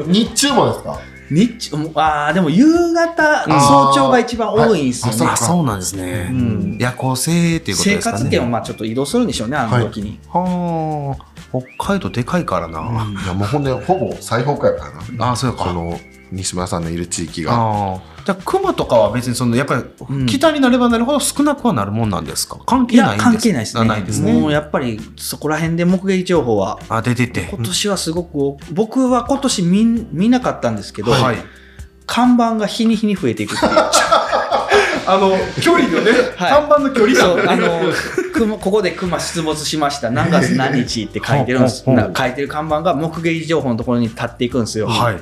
ああ日中もですか
日中もうあーでも夕方早朝が一番多いんですよね、
あーはいあそ
なんですね
うん
夜行性っていうこと
生
ですかね
活圏をまあちょっと移動するんでしょうねあの時に、
はあ北海道でかいからな、
いやもうほんでほぼ最北海やからな
ああそうやか
この西村さんのいる地域が
ああじゃあクマとかは別にそのやっぱ
うん
り北になればなるほど少なくはなるもんなんですか関
い
係な
や
いんですか
関係ないですね
あないですね
もうやっぱりそこら辺で目撃情報は
あ出てて
今年はすごく多く僕は今年見ん見なかったんですけど、
はい
看板が日に日に増えていくっていう
(laughs) あの距離のね、看板の距離
そうあ
感
の熊ここで熊出没しました何月何日って書いてるんで
(laughs)
す
ほうほう
な書いてる看板が目撃情報のところに立っていくんですよ、
はい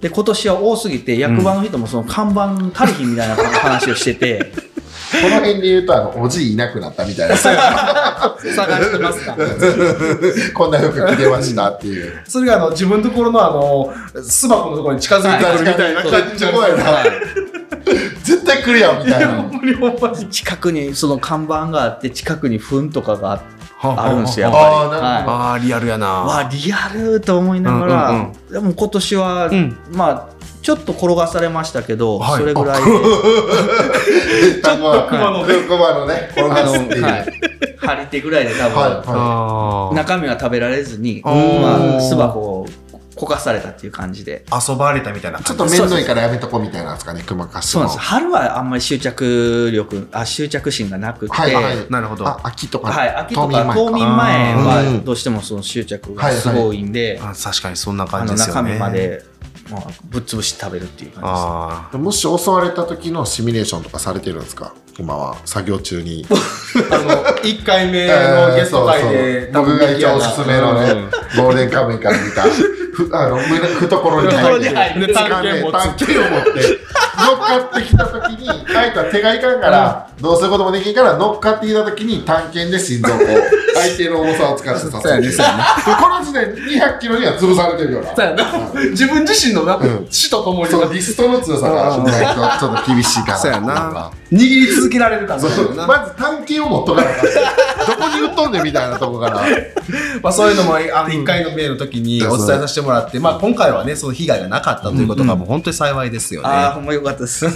で今年は多すぎて役場の人もその看板足りひんみたいな話をしてて
この辺で言うとあのおじいいなくなったみたいな
探してますか
こんな服着てましたって
(laughs)
いう
それがあの自分のところのあの巣箱のところに近づいてくるみたいな感じ
ちょ怖いな絶対来るやんみたいな
近くにその看板があって近くに糞とかがあってあ
あ
るんですよやっぱり
ああなるほど
あーリアルやな
わリアルと思いながら、
うん
でも今年は、
ん
まあちょっと転がされましたけど、
はい
それぐらいで
ちょっと熊のね熊のね転
あ
が
の、
すっていう
はい、張り手ぐらいで多分、
はいは
あー
中身は食べられずに、
あー
まあ、巣箱をこかされたっていう感じで。
遊ばれたみたいな
ちょ
感
っ
じ
と
です
面倒いからやめとこうみたいなんですかね、熊かし
そう
も
なんです。春はあんまり執着力、あ、執着心がなくて、
はいはい
はい
なるほど
あ、秋とか。
秋とか冬
前
眠前
う
は
ん
どうしてもその執着がすごいんで、
あ確かにそんな
あ
感じ
の
ですよ
中
ね
身まで、まあ、ぶっ潰して食べるっていう感じです。
あ
もし襲われた時のシミュレーションとかされてるんですか今は作業中に
(laughs) あの、1回
(laughs)
目のゲスト会で、
そうそう僕が一番お
出来上がっ
すすめのね、ゴールデンカムイから見たふあの胸懐に入って
懐に入って
掴んで探
探
検を持って乗っかってきた時にカイトは手がいかんから、どうすることもできんから乗っかってきた時に探検で心臓を相手の重さを使って刺すっていうこの時点で200キロには潰されてるような
そうやな自分自身のなん
う
か死とともに
そのリストの強さが意外とちょっと厳しいかな
そうやな
なんか
握り続けられてたんだ
そう
な
まず探検を持っとかなあかんどこに売っとんねんみたいなとこから
まあ、そういうのもあの1回の目の時にお伝えさせてもらって、まあ、今回はねその被害がなかったということがもう本当に幸いですよね。
ああ、ほんまよかったです。はい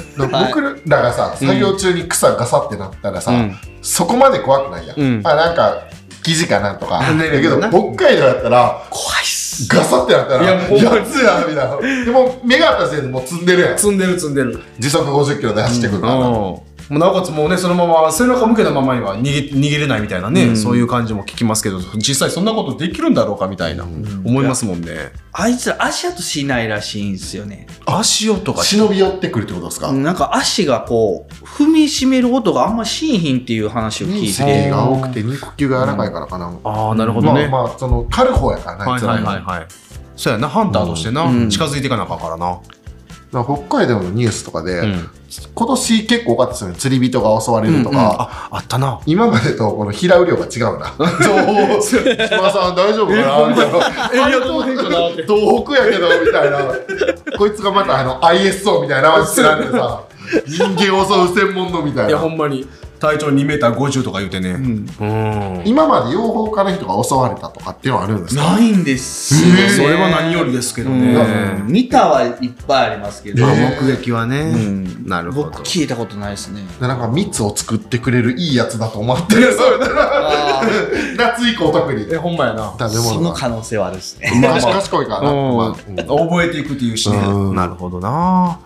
僕らがさ作業中に草ガサってなったらさ、
うん
そこまで怖くないや、
うん
あなんか記事かなんとかだ
レベ
け
ル
ど
な
北海道やったら
怖いっす。
ガサってなったら
いや
や
もう
つやみたいなでも目が合った時点でもう積んでるやん
積んでる積んでる
時速50キロで走ってくるから、
もうなおかつもうねそのまま背中向けたままには逃げ逃げれないみたいなね、
うん
そういう感じも聞きますけど実際そんなことできるんだろうかみたいな、思いますもんね
あいつら足跡しないらしいんですよね。
足音が
忍び寄ってくるってことですか、
なんか足がこう、踏みしめる音があんましんひんっていう話を聞い
石
て、
英が多くて肉球が柔らかいからかな、
ああなるほど
ま
ね、
あまあその狩る方やからな、
はい
つら
は
も
いはいはいそうやなハンターとしてな、
うん
近づいていかなあかんからな、
だから北海道のニュースとかで、
うん
今年結構多かったですよね釣り人が襲われるとか、
うんうん
ああったな
今までとこの平雨量が違
(laughs)
うな。情報、島さん大丈夫かなみたいな。
えいやどう変かなって
東北やけど、みたいな。こいつがまたあの ISO みたいな話してらんでさ、人間を襲う専門のみたい
いやほ
な。
んまに体長 2m50 とか言うてねうん、
今まで養蜂家の人が襲われたとかっていうのはあるんですか
ないんですよね、
えーそれは何よりですけどね、
うん見たはいっぱいありますけ
え
ど、
ー
あ目撃はね、
うん
なるほど
僕聞いたことないですね。
でなんか蜜を作ってくれるいいやつだと思ってる。そう (laughs)
(laughs)
夏以降特に。
えほんまやな
食べ
そ
物
の
が。
可能性はあるですね。
まあ、賢いからな。まあうん
覚えていくっていうしね
うん
なるほどな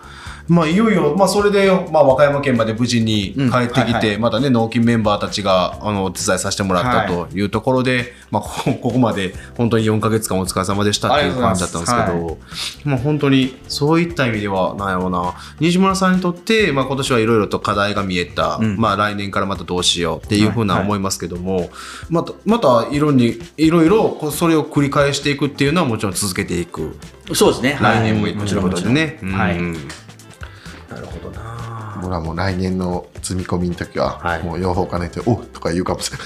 まあいよいよ、まあ、それで、まあ、和歌山県まで無事に帰ってきて、
うんはい
またね納金メンバーたちがあのお手伝いさせてもらったというところで、まあ、こ (laughs) ここまで本当に4か月間お疲れ様でしたっていう感じだったんですけ
あり
どま、あ、本当にそういった意味ではなんやろうな西村さんにとって、まあ、今年はいろいろと課題が見えた、
うん
まあ、来年からまたどうしようっていうふうな
はい
思いますけども、またまたいろにいろいろこうそれを繰り返していくっていうのはもちろん続けていく
そうですね。
来年ももちろんことでね。
はい
うん。
僕らもう来年の積み込みの時は、
はい
もう養蜂家の人、おっとか言うかもしれな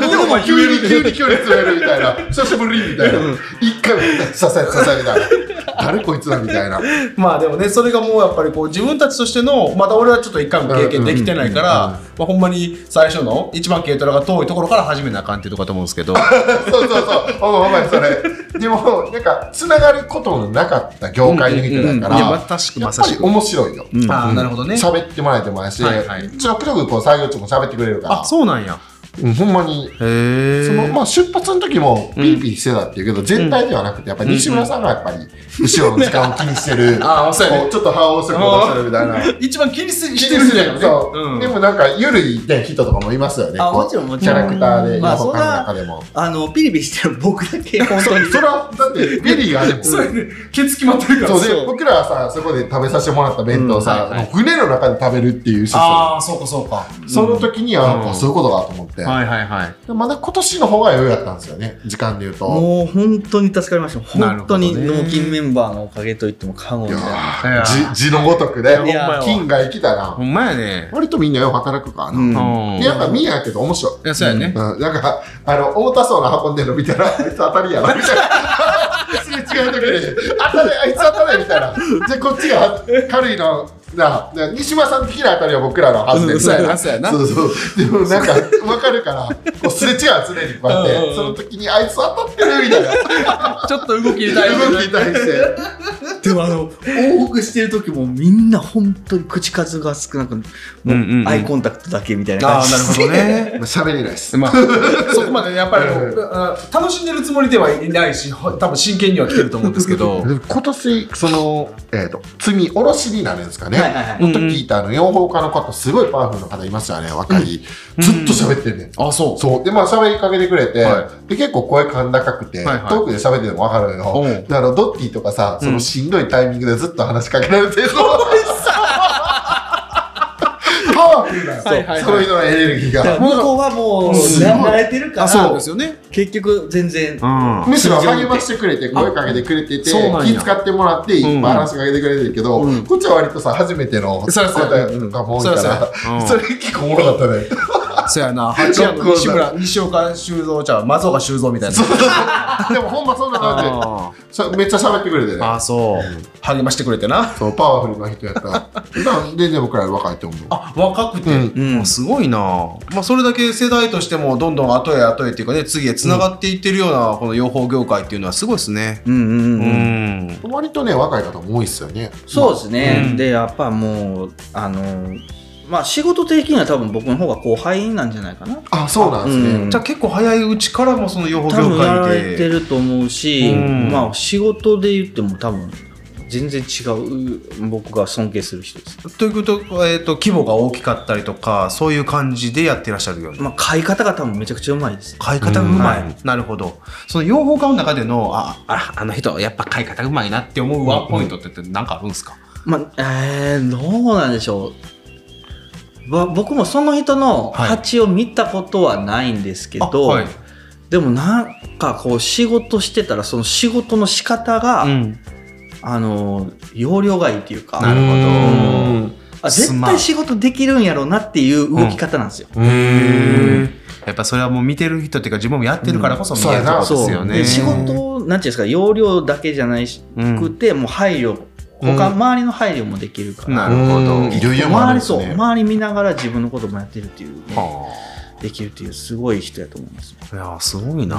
(laughs)
何でも
急に急に急に釣れるみたいな久しぶりみたいな一回も刺され刺されみたいな誰こいつだみたいな
まあでもねそれがもうやっぱりこう自分たちとしてのまた俺はちょっと一回も経験できてないから、
うんうん
まあ、ほんまに最初の一番軽トラが遠いところから始めなあかんっていうところだと思うんですけど
そうそうそうほんまほんまにそれでもなんかつながることのなかった業界の人だか
い
ら、
やまさしく
や
ま
っ
さ
ぱ
し
り
く。
面白いよ
うん
ああなるほどね。
喋ってもらえてもらうし、
はいはい
ちょくちょくこう作業中も喋ってくれるから
あそうなんや。
うんほんまに
へえ。
そのまあ出発の時もピーピーしてたっていうけど、全体ではなくてやっぱり西村さんがやっぱり後ろの時間を気にしてる
あそうやね
こうちょっと歯を押せこうしてるみたいな
一番気にし
してて
る
る
人や
ね
よね
そう、
うん
でもなんかゆるい、ね、人とかもいますよね
あ
こう
もちろんもちろん
キャラクターで、
まあ
他の
そんな
中でも
あの、ピリピリしてる僕だ
(laughs)
け、本当に。
それはだってベリーがでも
そうやねケツ決まってるから
そうで僕らはさそこで食べさせてもらった弁当をさ、
うんはいはい
船の中で食べるっていうシステ
ああそうかそうか
ムその時には、あそういうことかと思って、
はいはいはい。
でまだ今年の方が良やったんですよね時間で言うと
もう本当に助かりました。
なるほ
本
ど
当
ね
に納金メンバーのおかげと言っても過言
い
で
や
はない。
いや
ーじ字のごとくね
いやほんまやわ
金が生きたら
ほんまやね。
割とみんなよく働くからな、
うん
う
で
ん。い
やっぱ見えやけど面白い
やそうやね。
うん、なんか、あの、重たそうな運んでるの見たら、あいつ当たりや
(laughs)
な、みたいな。すれ違う時に、当たれ、あいつ当たれ、みたいな。じゃあ、こっちが軽いの、な、な西村さん的な当たりは僕らのはずで、
うん
みたい
そうや
な。
なそうやな
そうそう。でも、なんか、わかるから、こうすれ違う、常にこうやっ
うんうんう
て、
ん
その時に、あいつ当たってる、みたいな。
ちょっと動き入れたい
動きに対して。
でもあの往復してる時もみんな本当に口数が少なくも
うんうんうん
うアイコンタクトだけみたいな
あ
感
あ、
じ
なるほどね。
喋れないです。
ま (laughs) あ、そこまでやっぱり
う
あ楽しんでるつもりではいないし、ほ多分真剣には来てると思うんですけ (laughs) ど。
で今年、その、えっ、と、積み下ろしになるんですかね。
はいはいはい
の時聞いたあの、養蜂家の方、すごいパワフルな方いますよね、若い。ずっと喋ってるねん。
あ、そ
そう。で、まあ、喋りかけてくれて、
は
で、結構声感高く
は
て、
いはい
遠くで喋っててもわかるの
う
よ
ん。
だから、ドッキーとかさ、そ
うん
のしんどいタイミングでずっと話しかけられ
(laughs)
てるの。 (laughs) パワフルだよ。
はいはいはい
その人のエネルギー
だ
が。
から向こうはもう
すごい
慣れてるか
あ、そう
ら
ですよね。
結局全然
うん。
むしろ励ましてくれて、声かけてくれてて、
そうなんや
気使ってもらって、いっぱい話しかけてくれてるけど、
うん
こっちは割とさ、初めての
そうそう
答えとかも多いか
そう
ら、
そううん
それ結構おもろかっ
(laughs)
たね。
そうや (laughs) な。八谷の西村、西岡修造ちゃう、松岡修造みたいな。
でもほんまそんな感じ
あ
そめっちゃ喋ってくれて
ー
ね。
あー、そう。励ましてくれてな。
そう、パワフルな人やった。だから全然僕らより若いと思う。
あ、若くて。
うん
うん
あすごいな、まあ、それだけ世代としてもどんどん後へ後へっていうかね次へつながっていってるようなこの養蜂業界っていうのはすごいですね。
うんうん
う
うんうん
ん、
割とね、若い方も多いっすよね。
そうですね、
うん
でやっぱもうあのまあ仕事的には多分僕の方が後輩なんじゃないかな
あ、そうなんですね。
うん
じゃあ結構早いうちからもその養
多
蜂業
分やら
界
れて
で。
ると思うし、
うん
まあ仕事で言っても多分全然違う僕が尊敬する人です、
ということ、えー、と規模が大きかったりとかそういう感じでやってらっしゃるような。
まあ、買い方が多分めちゃくちゃうまいです
買い方がうまい、
うんは
なるほどその養蜂家の中でのあああの人やっぱ買い方うまいなって思うワンポイントって何かあるんですか、
まあえー、どうなんでしょうわ僕もその人の
はい
蜂を見たことはないんですけど、
あはい
でもなんかこう仕事してたらその仕事の仕方が、
ん、
あの容量がいいっていう
な
か
るほど
うん
あ絶対仕事できるんやろうなっていう動き方なんですよ、
へーやっぱそれはもう見てる人っていうか自分もやってるからこそ見えるとこですよね。
で仕事なんていうんですか容量だけじゃないし
うん
くて、もう配慮他、周りの配慮もできるか
な
ら、
るほど
うんいろいろあるんで
周り
す
そう
ね。
周り見ながら自分のこともやってるっていう、ね
は
できるっていうすごい人やと思います
あいやすごいな。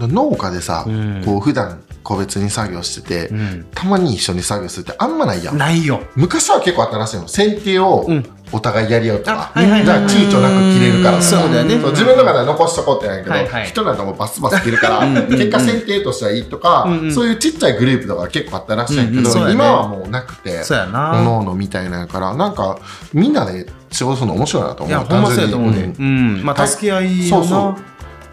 農家でさ、
うん
こう普段個別に作業してて、
うん
たまに一緒に作業するってあんまないやん。
ないよ。
昔は結構新しいの。剪定を
うん
お互いやり合うとか。
あはいはいはい
じゃあ躊躇なく切れるから
そうだよね
そう自分の中では残しとこうってないけど、
はいはい
人なんかもうバスバス切
(laughs)
るから、
うんうんうん
結果選定としてはいいとか、
うんうん
そういうちっちゃいグループとか結構あったらしいんやけど、
うんうんそうやね
今はもうなくて、
そうや
お
な。
のおのみたいなやから、なんかみんなで仕事するの面白いなと思う。
いやほんまそうやと思うね
単。
う
純に
ん。まあ助け合い
そう
よ
そう
な。。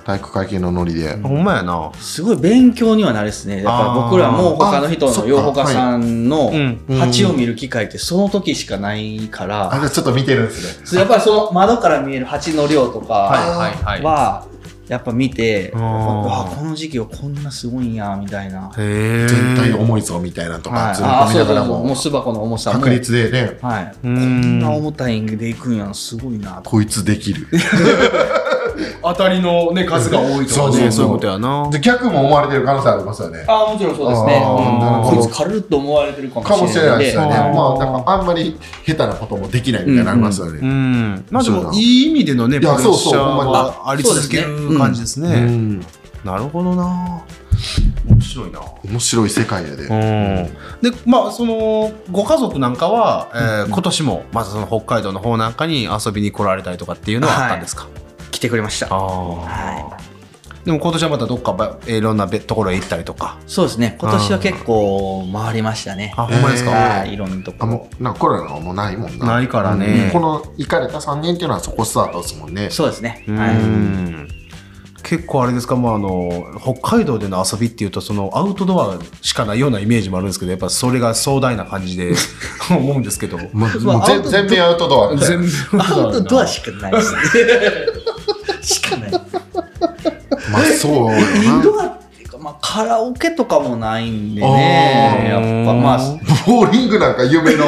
体育会系のノリで。
ほんまやな。
すごい勉強にはなれですねやっぱ僕らも他の人
あーあそっ
の
か
養蜂家さんの
うん
蜂を見る機会ってその時しかないから、
あ、じゃあちょっと見てるんですね。
そうやっぱりその窓から見える蜂の量と
はい
か
はいは
はやっぱ見て、
うん
わあこの時期はこんなすごいんやみたいな、
い。へえ。
全体重いぞみたいなと
は
か、
い
ずっと
あー
見
そ
な
う
が
そうそ
ら
うもう
も、
巣箱の重さも
確率でね、
はい、こ
うん
んな重たいんでいくんやんすごいなと
こいつできる。
当たりのね数が多いとか
そうそうそ
ね
う
そういうことやな。
で逆も思われてる可能性ありますよね。
ああもちろんそうですね、
あ
ー
うん
なるほ
ど
こいつ軽ると思われてるか
かも
も
し
し
れ
れ
な
ないい
ですよね。
あー
まあ、なんかあんまり下手なこともできないみたいなのありますよ
う
ね。
ん。まあで
そうだ
もいい意味でのね
い
プレ
や
ッシャ
そうそう
ー
ほんまに
はあり続け
そうですねう
る
ん
感じです
う
ね。
ん
なるほどな。面白いな。
面白い世界やで。
でまあそのご家族なんかは、えー今年もまずその北海道の方なんかに遊びに来られたりとかっていうのはあったんですか、
来てくれました
あーでも今年はまたどっかばえーいろんなべところへ行ったりとか
そうですね今年は結構回りましたね
あほんまですか、
はいいろんなと
あ
こ
もうなんかコロナはもうないもんな。
ないからね
うんこの行かれた3年っていうのはそこスタートですもんね。
そうですね
うん
はい
結構あれですか、まあ、あの北海道での遊びっていうとそのアウトドアしかないようなイメージもあるんですけどやっぱそれが壮大な感じ (laughs) で思うんですけど
もう
まあ
もう全全面アウトドアみたいな。
全部
アウトドアしかない
(laughs)
ですねしかない
まあそうよ
イン
な。
ドアっていうか、まあ、カラオケとかもないんで
あー
ねやっぱまあ
ボーリングなんか夢の。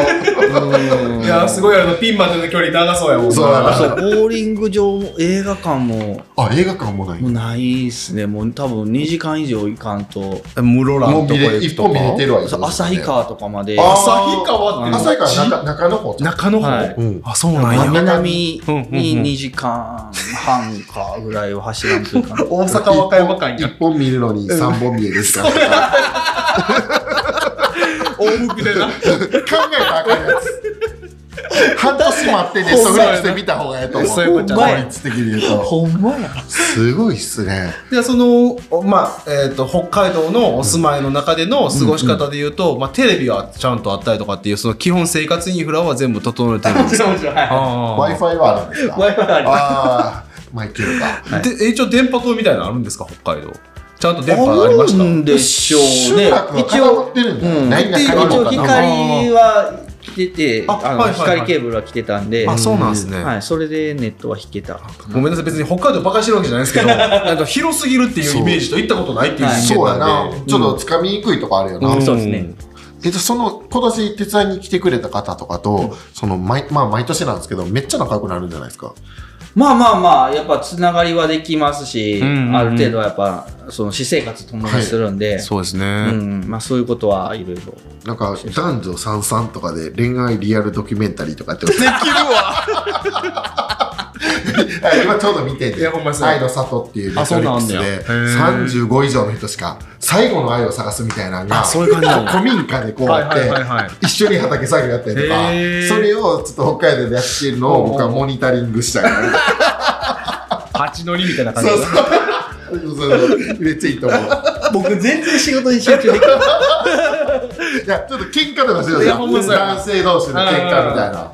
いやすごいあのピンまでの距離長そうやもんな
そうやな
そうボーリング場も映画館も
あ、映画館もない
もう。ないですねもう多分2時間以上行かんと
室蘭
もう
と
見
か
れ、
行
一
くと
本見
か
れてるわ。
そう旭川とかまで
あ
旭川って
朝から中中の方。
中の方、
はい
うん
あそうな
ま
ん
あ
や、
南に
うんうんうん
2時間半かぐらいを走らんと
(laughs)
いかん
大阪和歌山間や
一本見るのに3本見えるから。
大
往復でな。
考えたらあかんやつ。半年待ってね、
ほ
そ
ん
ぐ
まや
ら
な
し
い
てみた方がええと思う。
そういうこと
ほんまや
効率的に言うと。
ほんまや。
すごいっすね。
でその、おまあえー、と北海道のお住まいの中での過ごし方でいうと、まあ、テレビはちゃんとあったりとかっていうその基本生活インフラは全部整えてるんです
もちろんもちろん。はい。
あ
Wi-Fi はあるんですか
Wi-Fi ありま
ああ、まあいけるか。
あで一応電波塔みたいなのあるんですか北海道ちゃんと電波ありま
あ
し
る
た
んでしょうね
集落。は
一
固ま
応
っ、てるんじゃ
うん、
な
で
い
一
ないない
応
ない
光
ない
は来てて、
あ
あ
はいはいは
の
い
光ケーブルは来てたんで、
あそうなんですね、
はい、それでネットは引けた。
ごめんなさい別に北海道バカしてるわけじゃないですけ (laughs) どなんか広すぎるっていうイメージと行ったことないっていう人
そうや
間な
なん
で。
ちょっとつかみにくいとこあるよな。
んそうですね
えっと、その、今年手伝いに来てくれた方とかと、その、毎、まあ、毎年なんですけど、めっちゃ仲良くなるんじゃないですか。
まあまあまあ、やっぱつながりはできますし、
うんうんうん
ある程度はやっぱ、その私生活ともにするんで、
そうですね、
うん、まあそういうことはいろいろ。
なんか、男女三々とかで恋愛リアルドキュメンタリーとかやってます。
できるわ
(laughs) はい今ちょうど見てて、
いやほんまそう
愛の里っていうネ
あ
ット
そう
フリッ
な
ク
ん
ス
だよ
で、
へ
35以上の人しか、最後の愛を探すみたいなのが、
あそういう感じなの
古民家でこう
はい
やっ
はい
て
はい、はい
一緒に畑作業やったりとか
へー、
それをちょっと北海道でやってるのを僕はモニタリングしたり。
八乗りみたいな感じ
そうそう。そうそうめっちゃいいと思う。
僕全然仕事に集中できない。
いや、ちょっと喧嘩とかしよう
い
じゃ
や
ん。
ほんまそうや
男性同士の喧嘩みたいな。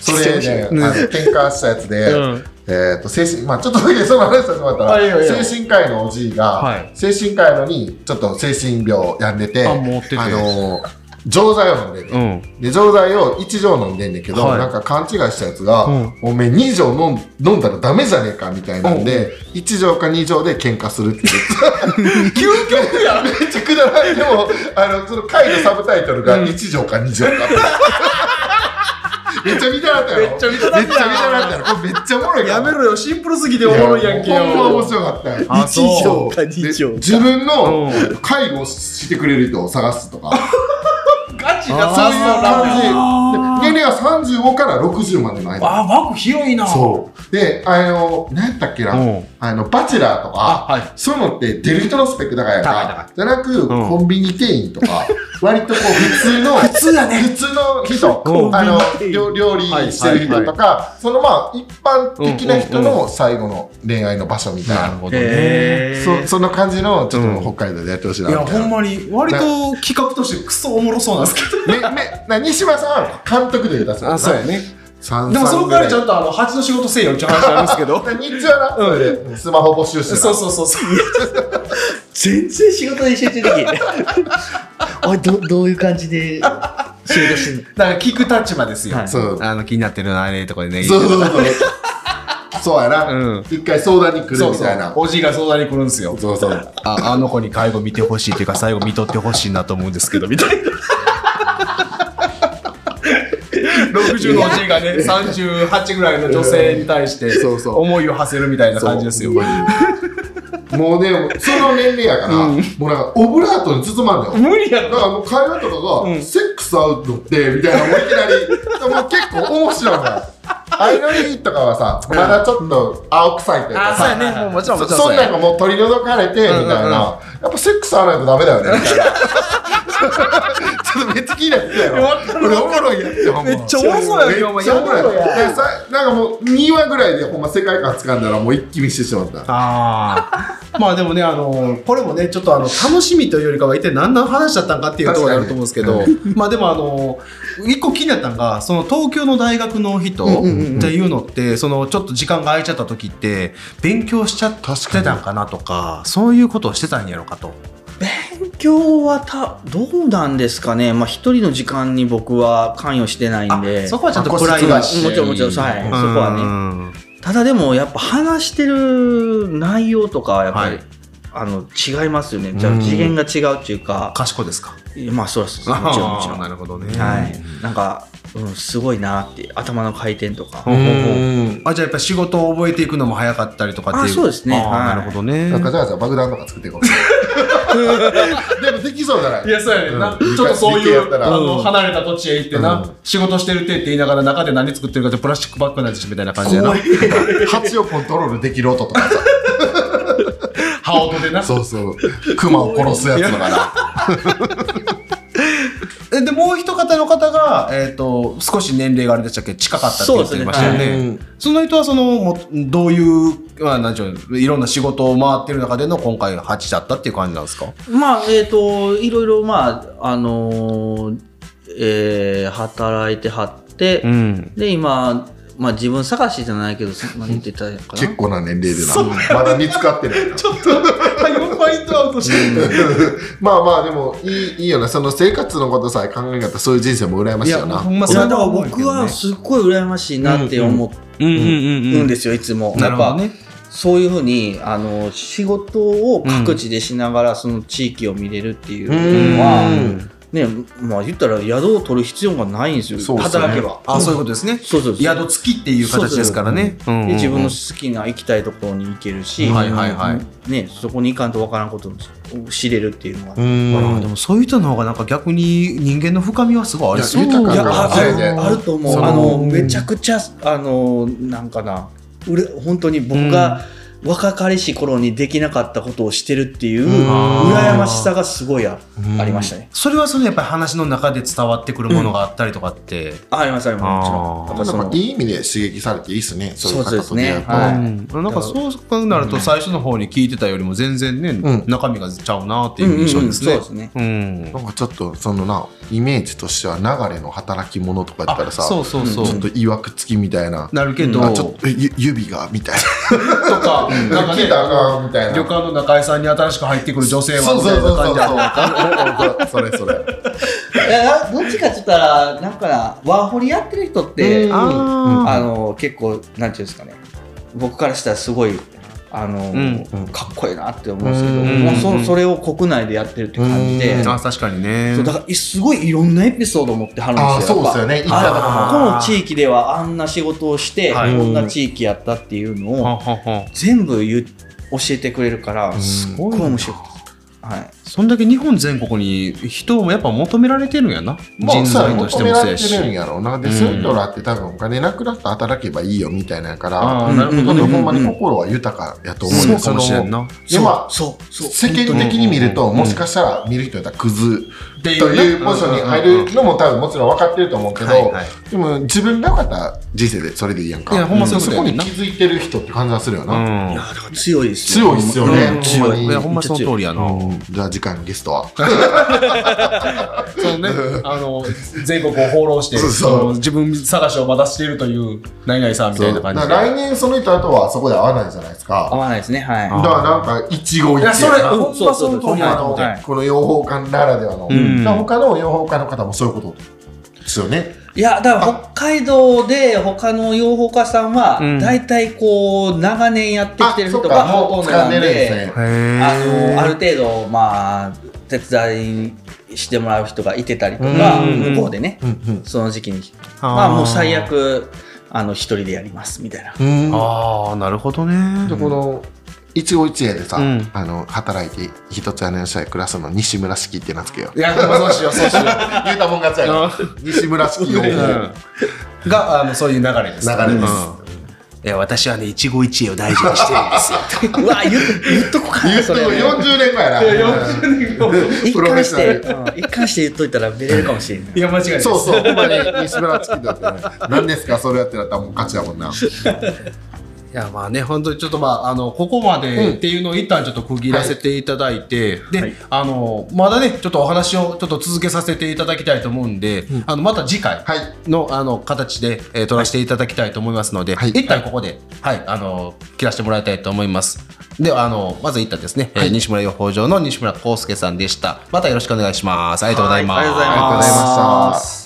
それね、あ
うん
の喧嘩したやつで、
うん
えっと、精神、まあちょっとだけその話させてもらった
あいいよいいよ
ら、精神科医のおじい
は
が
い、
精神科医のに、ちょっと精神病やんでて、
あ持ってて
あの、錠剤を飲んでて
うん
で錠剤を1錠飲んでんねんけど、
はい
なんか勘違いしたやつが、
うん
おめえ2錠飲ん飲んだらダメじゃねえかみたいなんで、1錠か2錠で喧嘩するって言って (laughs) 究極やめっちゃくだらないでもあのその回のサブタイトルが1錠か2錠かって、 (laughs) めっちゃ見たかったよめっちゃ見たかったよめっちゃ見たかったよこれめっちゃおもろいから
やめろよ、シンプルすぎておもろいやんけよ。
ほんま面白かったよ
あそう
一錠
か二錠か
で自分の
う
介護してくれる人を探すとか
ガチ
あ
だ。
そういう感じ
あ
で年齢は35から60までの間
あ、枠広いな。
そうであの何やったっけな、
うん
あのバチェラーとか、
あはい
そういうのって出る人のスペック高いやん
高い
か
高
じゃなく、
ん
コンビニ店員とか割とこう普通の普
通やね
普通の人
ん
あの料料理してる人とか、そのまあ一般的な人の最後の恋愛の場所みたいな、
ほ
え
そそんな感じのちょっと北海道でやってほしいないみ
や、
たい
ほ
な、
んまに、割と企画としてクソおもろそうなんですけ
ねねな西村さんは監督で出す
ど。
もんね
ね。
三
でも、その代わりちゃ
ん
んと、あの、蜂の仕事せえよって話なんですけど。
日中はな、うん、スマホ募集して
(laughs)
た
そうそうそうそう。
全然仕事に集中できない。 (laughs) おい、ど、どういう感じで仕事してんの
だから、聞く立場ですよ。
はい
そう
あの、気になってるあれとかでね。
そうそうそうそう。 (laughs) そうやな、
うん
一回相談に来る
そう
み
そ
たいな
う。。おじいが相談に来るんですよ。
そうそう。
ああの子に介護見てほしいというか、最後見とってほしいなと思うんですけど、みた (laughs) いな。60のおじいがね、38ぐらいの女性に対して
そうそう
思いを馳せるみたいな感じですよ。
もうね、その年齢やから、もうなんかオブラートに包まんのよ。
無理や
だからもう会話とかが、セックスアウトって、みたいな、もういきなり、もう結構面白いのよ。アイドリーとかはさ、まだちょっと青臭いというかさ、
ね、もうもちろ
そそんなんがもう取り除かれて、みたいな、やっぱセックスあらないとダメだよね、み (laughs) たいな。ちょっとめっちゃ気になってたよ。俺おもろいやつよ、ほんま。
ゃおもろいよ、お
め
前。
っちゃおもろい
やばい
でさなんかもう2話ぐらいでほんま世界観掴んだらもう一気見してしまった
あーまあでもね、あのこれもね、ちょっとあの楽しみというよりかは、一体何の話だったんかっていうところになると思うんですけど、まあでも、あの一個気になったのが、その東京の大学の人っていうのって、そのちょっと時間が空いちゃった時って、勉強しちゃってたんかなとか、そういうことをしてたんやろかと。
勉強はたどうなんですかね、まあ、一人の時間に僕は関与してないん
あ
で、
そこはちょっとプライ
個
バ
室
シー。
もちろん、もちろん、はい、そこはね。
はね。
ただでも、やっぱ話してる内容とかはやっぱり、
はい
あの違いますよね、じゃあ次元が違うっていうか、
賢いですか。
いやまあ、そりゃそうです、もちろん、もち
あー
ろん。
な
は
るほどね。
い、なんか、うん、すごいなって、頭の回転とか
ほ、うほうほうあじゃあやっぱ仕事を覚えていくのも早かったりとかっていう
あそうですね
あー
はい
なるほどね
なんかじゃあじゃあ爆弾とか作っていこうでもできそうじゃない
いや、そうやねんな。ち
う
ょ
ん
っとそう
理系
い
やった
う、
ら
あの、離れた土地へ行って
う、
なん
仕事してるってって言いながら中で何作ってるかってプラスチックバッグなんですみたいな感じやな
怖い
蜂をコントロールできる音とかさ
羽音でな。
そうそう熊を殺すやつとかな
が、えっと少し年齢があれでしたっけ近かったって言ってましたよ
そう
ね
で
そ
す
の人はそのもうどういう、まあ、なんちゅういろんな仕事を回ってる中での今回8だったっていう感じなんですか
まあ、えっ、と、いろいろ、まあ、あのーえー働いてはって、
ん
で、今、まあ自分探しじゃないけど、そんなに言ってたのかな。
結構な年齢でな。まだ見つかってないな。
4ポイントアウトしてる
まあまあ、でも、いい、いいよな。その生活のことさえ考え方、そういう人生も羨ま
い
しい
や
よな。
ほんま
い
そ
や
う
だから
思うけどね
僕はすっごい羨ましいなって思
うんうん
うんですよ、いつも。
なるほど
やっ
ね
ぱそういうふうにあの仕事を各地でしながらその地域を見れるっていうのは、ねまあ、言ったら宿を取る必要がないんですよ
そうですね
働けば。
あそういうことですね
そうそうそう
宿付きっていう形ですからねうんうんう
で
ん
自分の好きな行きたいところに行けるし、
はいはいはい
ね、そこに行かんとわからんことを知れるっていうのは、
あーでもそういう人の方がなんか逆に人間の深みはすごいありそう
いや豊か
いや
な
あ
あれで
ああると思う
その
あのめちゃくちゃあのなんかなうれ本当に僕が若かりし頃にできなかったことをしてるっていう羨ましさがすごいあありましたね。
それはそのやっぱり話の中で伝わってくるものがあったりとかって、
あありますあります
あー
もちろん。だ
な
からそ
んか
の
いい意味で刺激されていいっすね。そういう
そう
方
です
と
ね
出会うと。
はい
うんなんかそうなると最初の方に聞いてたよりも全然ね、
うん
中身がちゃうなって
うん
いう
うんうん
印象ですね
そうで。すね。
うん
なんかちょっとそのなイメージとしては流れの働き者とか言ったらさ
そうそうそう、
う
ち
ん
ょっといわくつきみたいな、
なるけど、
あちょっとえゆ指がみたい
とかな
な
んか
聞
ね
いたらあかんみたいな
旅館の中井さんに新しく入ってくる女性は
そう
み
そう
たいな
そうそう
感じだと
そうそれそれ
いやどっちかって言ったらなんかなワーホリやってる人って、
うん
あ
あの結構なんていうんですかね僕からしたらすごいあの、
うん
かっこいいなって思うんですけど、
うん
もうそそれを国内でやってるって感じで、
うん
ーあ確かにね
そうだからいすごいいろんなエピソードを持ってはるん
(laughs) ああ
ですよ。
そうですよ
ね
ね行っ
あ
た
だ
ら
あ
からこの地域ではあんな仕事をして、
はい
こんな地域やったっていうの
は
を
はは
全部言う教えてくれるから
ん
すっごい面白いです。はい、
そんだけ日本全国に人もやっぱ求められてるんやな、
まあ
人
そうや
材
ね
として
求め
も
ら
そう
れ
や
てるん
し
やろうなで
うん
そういう人らって多分お金なくなったら働けばいいよみたいなんやから
あーなるほど
ほん
ね、
と
うん
ほんまに心は豊かやと思う
そ
ね
うかもしれんな
そのでまあ
そうそう
世間的に見るともしかしたら見る人やったらクズ
って
というポジションに入るのも多分もちろん分かってると思うけ
はい
ど
はい
でも自分が良かった人生でそれでいいやんか
いやほんまそういうこ
そ
とや
こ
ねん
に
な
気づいてる人って感じがするよな、
うん
いやだから強いですよ。
強いっすよね、
う
ほ
ん
んまに
いやほんまその通りやな、
うんじゃあ次回のゲストは
そうね、あの全国を放浪して
そうそう
その自分探しをまだしているという何々さんみたいな感じ
だ
で
から来年その人とはそこで会わないじゃないです
合
か
わないですね。は
だ
い。
からなんか一期一会
いやそれ
な
ほんま
そう
その通りや
あ
なと
の
思って
はい
この養蜂館ならではの、
うん
だから他の養蜂家の方もそういうことですよね
いや、だから北海道で他の養蜂家さんは
うん、
大体こう、長年やってきてる人がほとんど
掴
なん
んでるんです
で、
ね
あの、あ
る
る程度、まあ、手伝いしてもらう人がいてたりとか、
うん
向こうでね、
うんうん
その時期に、まあもう最悪、あの、一人でやります、みたいな。
うん
ああなるほどね
でこの一期一会でさ、
うん
あの働いて一つ屋根の下で暮らすの西村式って名付けよう
いやほんまそうしようそうしよ
(laughs) 言うたもん勝ちやろ西村式養
う、
蜂家
うんがあのそういう流れです
流れです
うんいや私はね一期一会を大事にしてるんですよ
(laughs) うわ、言う言っとこうか
言
な、
うて
そ
も
れ。
40年前やな
一
プロフェッ
貫
シ
し
ョナ
て
ル、
うん一貫して言っといたらベれるかもしれない。
いや間違いないです
そうそう、ほんまに西村チキンだって、ね、何ですか、それやってなったらもう勝ちやもんな。
いやまあね本当にちょっとまああのここまでっていうのを一旦ちょっと区切らせていただいて、で、あのまだねちょっとお話をちょっと続けさせていただきたいと思うんで、あのまた次回
はい
の,、あの形で、えー、撮らせていただきたいと思いますので、
はい
一旦ここではい、あの切らせてもらいたいと思います。ではあのまず一旦ですね、えー西村養蜂場の西村康介さんでした。またよろしくお願いします。ありがとうございます。
はいありがとうございます
ありがとうございました。